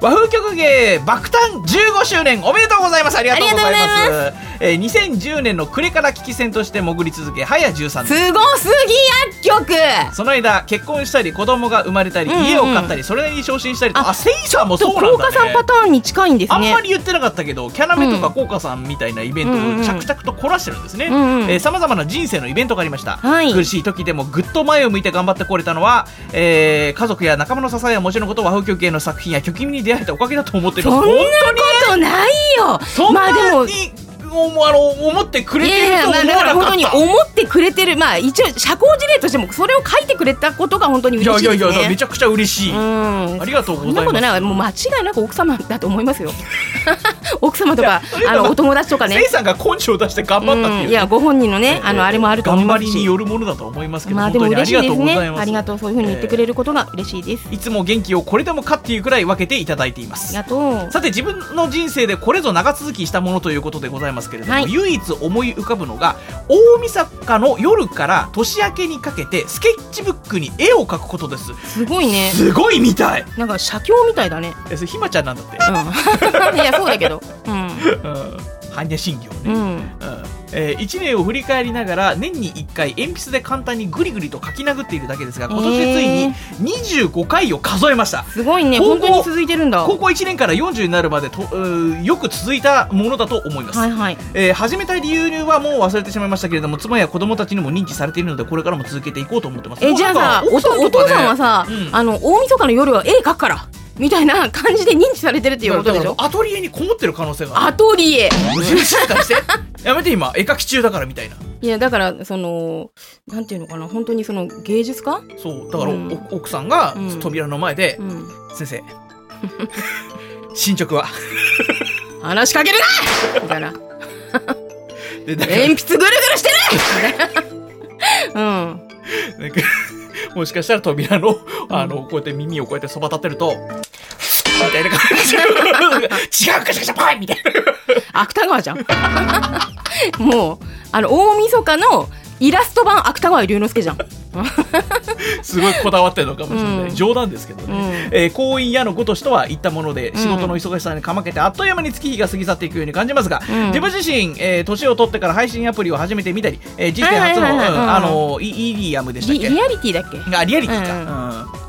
B: 和風曲芸爆誕15周年おめでとうございますありがとうござい
A: ありがとうご
B: ますえー2010年の暮れから危機戦として潜り続け早13年
A: すごすぎ薬局
B: その間結婚したり子供が生まれたり
A: うんうん
B: 家を買ったりそれなりに昇進したりと
A: あ
B: あセイさんも
A: と、
B: そうなん
A: 高
B: だ
A: 架さんパ
B: ね
A: ターンに近いんです
B: あん
A: ね
B: ま。り言ってなかったけどキャラメとか効果さんみたいなイベントを
A: うんうんうん
B: 着々と凝らしてるんですね
A: うんうん
B: さまざまな人生のイベントがありました、
A: はい
B: 苦しい時でもぐっと前を向いて頑張ってこれたのは、えー家族や仲間の支えはもちろんのこと和風曲芸の作品や曲君に出会えたおかげだと思ってる
A: そんな
B: 本
A: ことないよ
B: 当に
A: まあでも、
B: そんなにおあの思ってくれ
A: い
B: て
A: やい
B: る
A: や
B: と
A: まあ
B: 思
A: だ
B: わ
A: か
B: な
A: ら
B: か
A: 本
B: った
A: 当に思ってくれてるまあ一応社交辞令としてもそれを書いてくれたことが本当に
B: いや
A: 嬉し
B: い
A: いですね
B: やいやだからめちゃくちゃ嬉しい、
A: うん
B: ありがとうご
A: そん
B: ざ
A: ないこと
B: ます
A: ないわもう間違いなく奥様だと思いますよ 奥様とか
B: いや
A: あのお友達とか
B: せい
A: ね
B: さんが根性を出して頑張ったっていう、
A: うんいやご本人のねあのあれもあると思います
B: 頑張りに
A: し
B: よるものだと思いますけど、
A: まあで
B: 本
A: も
B: 当にあ
A: 嬉
B: り
A: しいで
B: がとう
A: す
B: ご
A: ね
B: ざいます
A: ありがとうそういうふうに言ってくれることが嬉しいです
B: いつも元気をこれでもかっていうくらい分けていただいていま
A: あり
B: す
A: がとう
B: さて自分の人生でこれぞ長続きしたものということでございますけれども、
A: はい
B: 唯一思い浮かぶのが大晦日の夜から年明けにかけてスケッチブックに絵を描くことです
A: すごいね
B: すごいみたい
A: なんか写経みたいだね
B: えそれひまちゃんなんだって、
A: うん いやそうだけどう
B: うん、般若心経ね、
A: んうん
B: うんえ1年を振り返りながら年に1回鉛筆で簡単にグリグリと書き殴っているだけですが今年でついに25回を数えました、
A: すごいね
B: 高校
A: 本当に続いてるんだ
B: 高
A: は
B: 校1年から40になるまでとうーよく続いたものだと思います、
A: いはい
B: えー始めた理由はもう忘れてしまいましたけれども妻や子供たちにも認知されているのでこれからも続けていこうと思ってます
A: えじゃあさお
B: 奥
A: とお
B: とか
A: 父
B: ね
A: さんはさ
B: うん
A: あの大晦日の夜は絵描くからみたいな感じで認知されてるっていうことでし
B: だ
A: ょ
B: からアトリエにこもってる可能 性があ
A: ア
B: る
A: トリエ
B: 静かにしてやめて今絵描き中だからみたいない
A: やだからそのなんていうのかな本当にその芸術家、
B: そうだから、
A: うん
B: お奥さんが
A: うん
B: 扉の前で、
A: うん、
B: 先生 進 捗は
A: 話しかけるなみたいな
B: でなんか
A: 鉛筆ぐるぐるしてる みたいなうん
B: なんかもしかしたら扉のあのこうやって耳をこうやってそば立てるとみたいな感じで違うガシャガシャガシャパンみたいな
A: 芥川じゃん もうあの大晦日のイラスト版芥川龍之介じ ゃん
B: すごいこだわってるのかもしれない、
A: うん
B: 冗談ですけどね、えー婚姻やのごとしとは言ったもので仕事の忙しさにかまけてあっという間に月日が過ぎ去っていくように感じますが、
A: ん
B: 自分自身、えー年を取ってから配信アプリを始めてみたり、えー人生初の、
A: はいはいはいはい
B: うんあのイイリアムでしたっ
A: リ
B: け
A: リアリティだっけ
B: がリアリティか、
A: うん
B: うん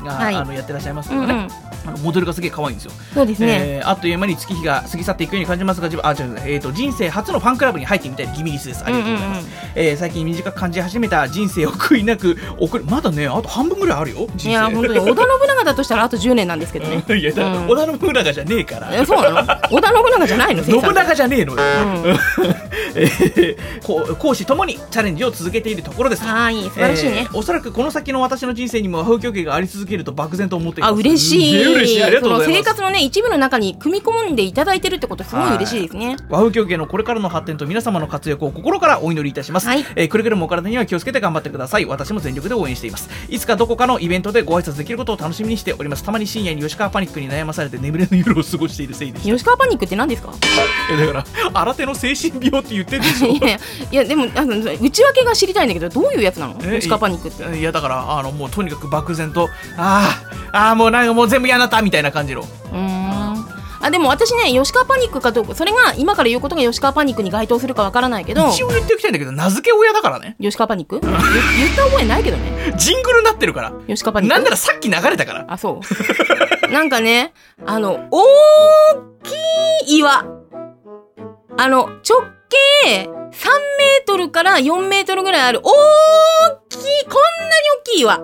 B: が、
A: はい
B: あのやってらっしゃいます
A: う
B: け
A: ん
B: ど
A: う
B: ね、
A: ん
B: あのモデルがすげえ可愛いんですよ、
A: そうですね、
B: えーあっという間に月日が過ぎ去っていくように感じますが自分あ違う、えー、と人生初のファンクラブに入ってみたいギミリスですありがとうございます、
A: うん
B: えー最近短く感じ始めた人生を悔いなく送るまだねあと半分ぐらいあるよ人生
A: いや本当に織田信長だとしたらあと10年なんですけどね
B: いやだから
A: うん
B: 織田信長じゃねえから
A: えそうなの織田信長じゃないの
B: 信
A: 生産者
B: 長じゃねえのよ、
A: う
B: えーこう講師ともにチャレンジを続けているところです
A: はい素晴らしいね
B: え、ーおそらくこの先の私の人生にも和風教芸があり続けると漠然と思っています
A: あ嬉しい
B: すげえ嬉しいありがとうござい
A: そ
B: ます
A: の生活のね一部の中に組み込んでいただいてるってことすごい嬉しいですね
B: 和風狂芸のこれからの発展と皆様の活躍を心からお祈りいたします、
A: はい
B: えーくれぐれもお体には気をつけて頑張ってください私も全力で応援していますいつかどこかのイベントでご挨拶できることを楽しみにしておりますたまに深夜に吉川パニックに悩まされて眠れぬ夜を過ごしているせいです
A: 吉川パニックって何ですか
B: だから新手の精神病って言ってるでし
A: いやいやでもあの内訳が知りたいんだけどどういうやつなの
B: え
A: 吉川パニックって
B: ょいやだからあのもうとにかく漠然とあーあーもうなんかもう全部嫌になったみたいな感じの
A: うーんあでも私ね吉川パニックかどうかそれが今から言うことが吉川パニックに該当するかわからないけど
B: 一応言っておきたいんだけど名付け親だからね
A: 吉川パニック言言った覚えないけどね
B: ジングルになってるから
A: 吉川パニック
B: なんならさっき流れたから
A: あそう なんかねあの大きい岩あの直径3メートルから4メートルぐらいある大きいこんなに大きい岩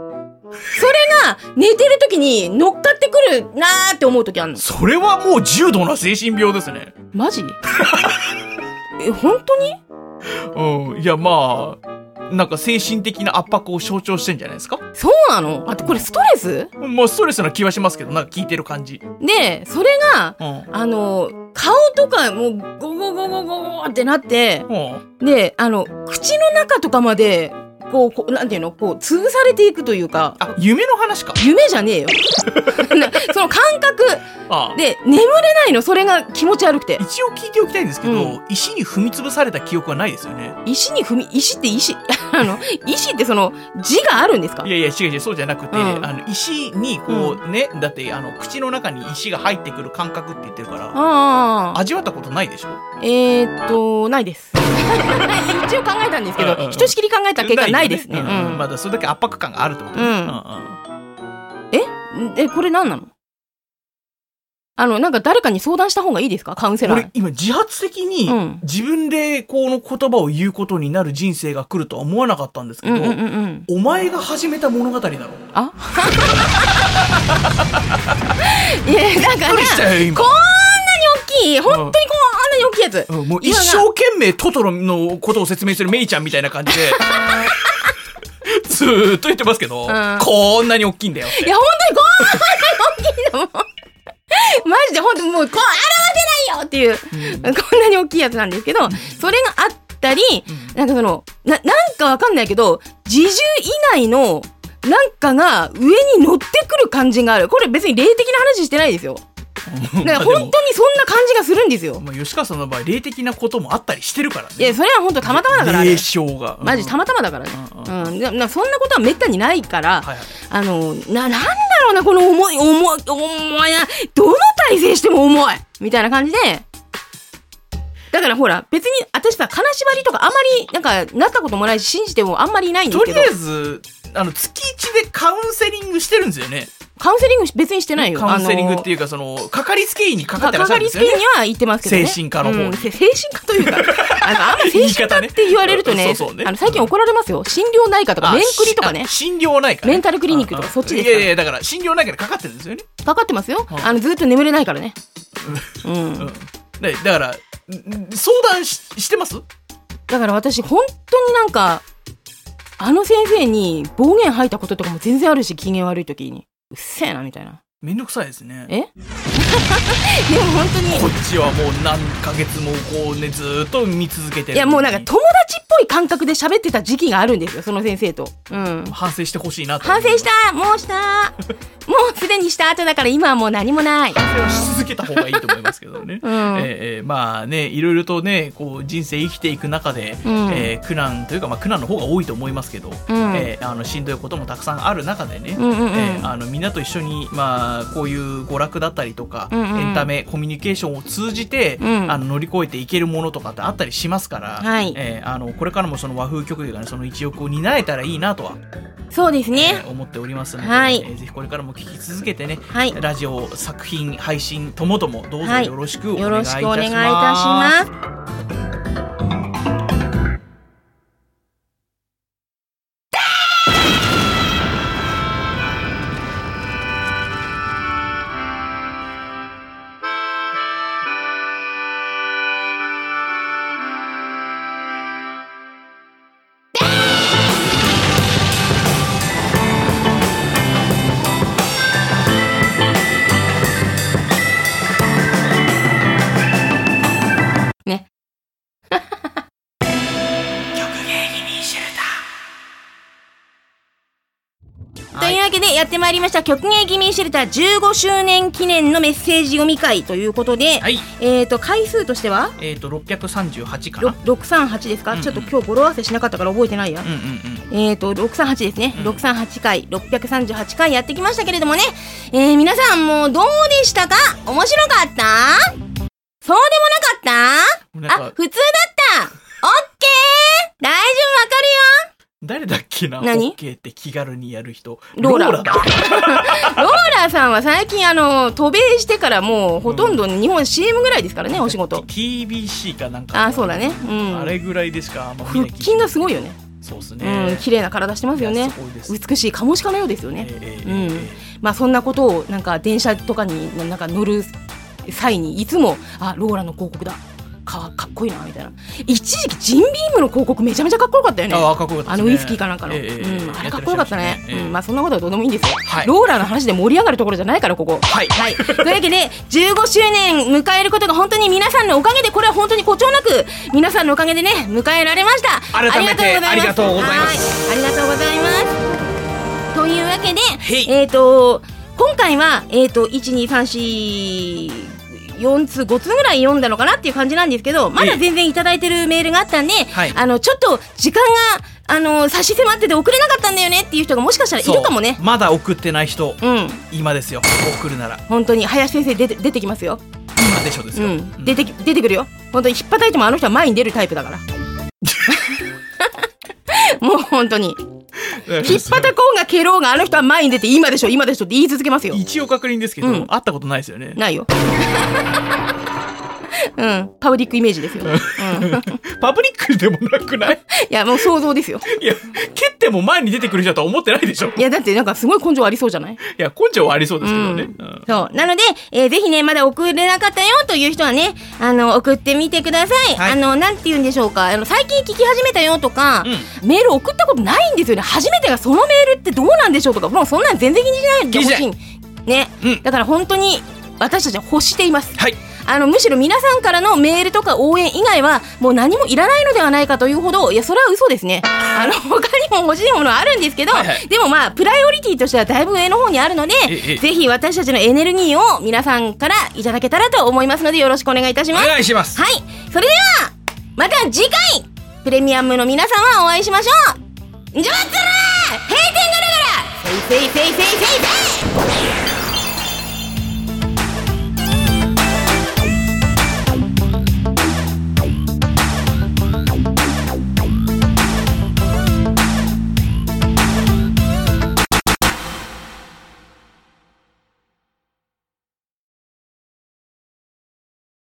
A: それが寝てる時に乗っかってくるるなーって思う時あんの
B: それはもう重度な精神病ですね
A: マジ え本当に
B: うんいやまあなんか精神的な圧迫を象徴してんじゃないですか
A: そうなのあとこれストレス
B: まあストレスな気はしますけどなんか聞いてる感じ
A: でそれが
B: うん
A: あの顔とかもうゴゴゴゴゴゴってなって
B: うん
A: であの口の中とかまでこうこうなんていうのこう潰されていくというか
B: あ夢の話か
A: 夢じゃねえよ なその感覚
B: あ
A: で眠れないのそれが気持ち悪くて
B: 一応聞いておきたいんですけど、
A: う
B: 石に踏み潰された記憶はないですよね
A: 石に踏み石って石 あの石ってその字があるんですか
B: いやいや違う違うそうじゃなくて、
A: うん
B: あの石にこうね、だってあの口の中に石が入ってくる感覚って言ってるから
A: ああ
B: 味わったことないでしょ
A: えー、っとないです 一応考えたんですけ
B: うんうん
A: どひとしきり考えた結果ない
B: よ
A: ですね、う
B: うん
A: ん
B: まだそれだけ圧迫感があるってことね、
A: うん
B: うんうん
A: えこれ何なのあのなんか誰かに相談した方がいいですかカウンセラー
B: 俺今自発的に
A: うん
B: 自分でこの言葉を言うことになる人生が来るとは思わなかったんですけ
A: うん
B: ど、
A: うんうんうん
B: お前が始めた物語だろ
A: あいやだか
B: びっくりした
A: ら
B: よ今
A: こんなに大きい本当にこんなに大きいやつ、
B: うんもう一生懸命トトロのことを説明するメイちゃんみたいな感じ でずーっと言ってますけど、
A: ん
B: こんなに大きいんだよって
A: いや、本当にこんなに大きいのもうマジで本当もう、こう、表せないよっていう、こんなに大きいやつなんですけど、それがあったり、なんかその、な、なんかわかんないけど、自重以外の、なんかが上に乗ってくる感じがある。これ別に霊的な話してないですよ。だから本当にそんな感じがするんですよ。
B: まあ、吉川さんの場合霊的なこともあったりしてるから
A: い
B: ね
A: や、それは本当たまたまだから、ね
B: 霊。障が
A: マジたまたまだからね。うん。でなそんなことはめったにないから、
B: はいはい
A: あの、な、なんだろうな、この重い、重い、重いな、どの体勢しても重いみたいな感じで、だからほら、別に私さ、金縛りとかあんまり、なんか、なったこともないし、信じてもあんまりいないんです
B: と
A: け
B: り
A: ど
B: あ、えずあの月1でカウンセリングしてるんですよね
A: カウンセリングし別にしてないよ。
B: カウンセリングって
A: いう
B: いうかそのかかりつけ医にかか
A: か
B: ってらっ
A: か
B: し
A: か
B: ゃるん
A: りつ
B: です
A: け
B: よね
A: には行ってますけどね。
B: 精神科の方に
A: うんせ精神科というか、 あの、あんま精
B: 言い
A: 神科
B: 方
A: っ
B: ね
A: て言われるとね、
B: そうそうね
A: あの最近怒られますよ。心療内科とか、
B: あ
A: 面クリとかね
B: しあ。診療内科、
A: メンタルクリニックとかそっちですか
B: い
A: ら
B: やいやだから診療内科でかかってるんですよね
A: かかってますよ。
B: ん
A: あの、ずっと眠れないからね。うん。
B: でだからん相談ししてます
A: だから私本当になんかあの先生に暴言吐いたこととかも全然あるし機嫌悪い時にうっせえなみたいな
B: めんどくさいですね
A: えでも本
B: こ
A: 当
B: っちはもう何ヶ月もこうねずーっと見続けてる
A: にいやもうなんか友達っぽい感覚で喋ってた時期があるんですよその先生とうん
B: 反省してほしいなと
A: 反省したもうしたもうすでにした後だから今はもう何もない
B: 反省はし続けた方がいいと思いますけどね、
A: ん
B: えーえーまあねいろいろとねこう人生生きていく中で、
A: ん
B: えー苦難というか、まあ、苦難の方が多いと思いますけど、
A: ん
B: えーあのしんどいこともたくさんある中でね、
A: んうんうん
B: えーあのみんなと一緒に、まあ、こういう娯楽だったりとか、
A: んうん
B: エンタメコミュニケーションを通じて、
A: うん
B: あの乗り越えていけるものとかってあったりしますから、
A: はい
B: えーあのこれからもその和風曲芸が、ね、その一翼を担えたらいいなとは
A: そうですね
B: 思っておりますので、
A: はい
B: えーぜひこれからも聞き続けてね、
A: はい
B: ラジオ作品配信ともどもどうぞ
A: はい
B: よろしくお
A: よろ
B: 願いいた
A: し
B: し
A: くお願いいたし
B: ます。
A: ますねというわけでやってまいりました曲芸ギミーシェルター15周年記念のメッセージ読み会ということで、
B: はい
A: えっ、と回数としては
B: えっ、と638か
A: ろ
B: な。
A: 638ですか、
B: うんうん
A: ちょっと今日語呂合わせしなかったから覚えてないや、
B: うんうんうん。
A: えっ、と638ですね、638回638回やってきましたけれどもね、えー皆さんもうどうでしたか面白かったそうでもな
B: な
A: かった
B: んか
A: あ普通だったオッケー大丈夫わかるよ
B: 誰だっけな。
A: 何
B: オッケーって気軽にやる人。
A: ローラロ
B: だ。
A: ーラーさんは最近あの渡米してからもうほとんど日本 CM ぐらいですからねお仕事
B: TBC かなんか。
A: あそうだねうん
B: あれぐらいでしかあんま
A: 腹
B: 見ない気が
A: 筋がすごいよね
B: そうです
A: うん
B: ね、
A: 綺麗な体してますよ
B: い
A: ね
B: やすごいです
A: 美しいカモシカのようですよね、
B: え
A: う
B: え
A: ん
B: ええ
A: まあ、そんなことをなんか電車とかになんか乗る際にいつもあローラの広告だかかっこいいなみたいな一時期ジンビームの広告めちゃめちゃかっこよかったよね
B: あかっこよかったですね
A: あのウイスキーかなんかの、
B: ええええ
A: うん、あれかっこよかったね
B: やってらっしゃいましたねええ
A: うんまあ、そんなことはどうでもいいんですよ、
B: はい
A: ローラの話で盛り上がるところじゃないからここ
B: はい
A: はい、というわけで15周年迎えることが本当に皆さんのおかげでこれは本当に誇張なく皆さんのおかげでね迎えられました
B: 改めて
A: ありがとうございますはいありがとうございますというわけで
B: へい
A: えっ、と今回はえっ、と12344通5通ぐらい読んだのかなっていう感じなんですけどまだ全然いただいてるメールがあったんで、
B: はい
A: あのちょっと時間があの差し迫ってて送れなかったんだよねっていう人がもしかしたらい
B: そう
A: るかもね
B: まだ送ってない人、
A: うん
B: 今ですよ送るなら
A: 本当に林先生出て出てきますよ
B: 今でしょですよ、
A: うん、出てき出てくるよ本当に引っ叩いてもあの人は前に出るタイプだ からもう本当に引っ叩こうが蹴ろうがあの人は前に出て今でしょ今でしょって言い続けますよ
B: 一応確認ですけど、
A: うん
B: 会ったことないですよね
A: ないようんパブリックイメージですよ、うん、い
B: パブリックでもなくない
A: やもう想像ですよ
B: いや蹴っても前に出てくる人だとは思ってないでしょい
A: いやだってなんかすごい根性ありそうじゃない
B: や根性はありそうですけどね、うん
A: そう。なので、えーぜひね、まだ送れなかったよという人はね、あの、送ってみてください。
B: はい
A: あの、なんて言うんでしょうか。あの、最近聞き始めたよとか、
B: う
A: メール送ったことないんですよね。初めてがそのメールってどうなんでしょうとか、もうそんなん全然気にしないでほし
B: 気
A: い
B: に。
A: ね、
B: うん
A: だから本当に、私たちは欲しています。
B: はい
A: あのむしろ皆さんからのメールとか応援以外はもう何もいらないのではないかというほどいやそれは嘘ですねあの他にも欲しいものはあるんですけど、
B: はいはい
A: でもまあプライオリティとしてはだいぶ上の方にあるので
B: ええ
A: ぜひ私たちのエネルギーを皆さんからいただけたらと思いますのでよろしくお願いいたし
B: お
A: ますは
B: 願いします
A: いそれではまた次回プレミアムの皆さんはお会いしましょうじゃあまたな閉店ガラガラせいせいせいせいせいせい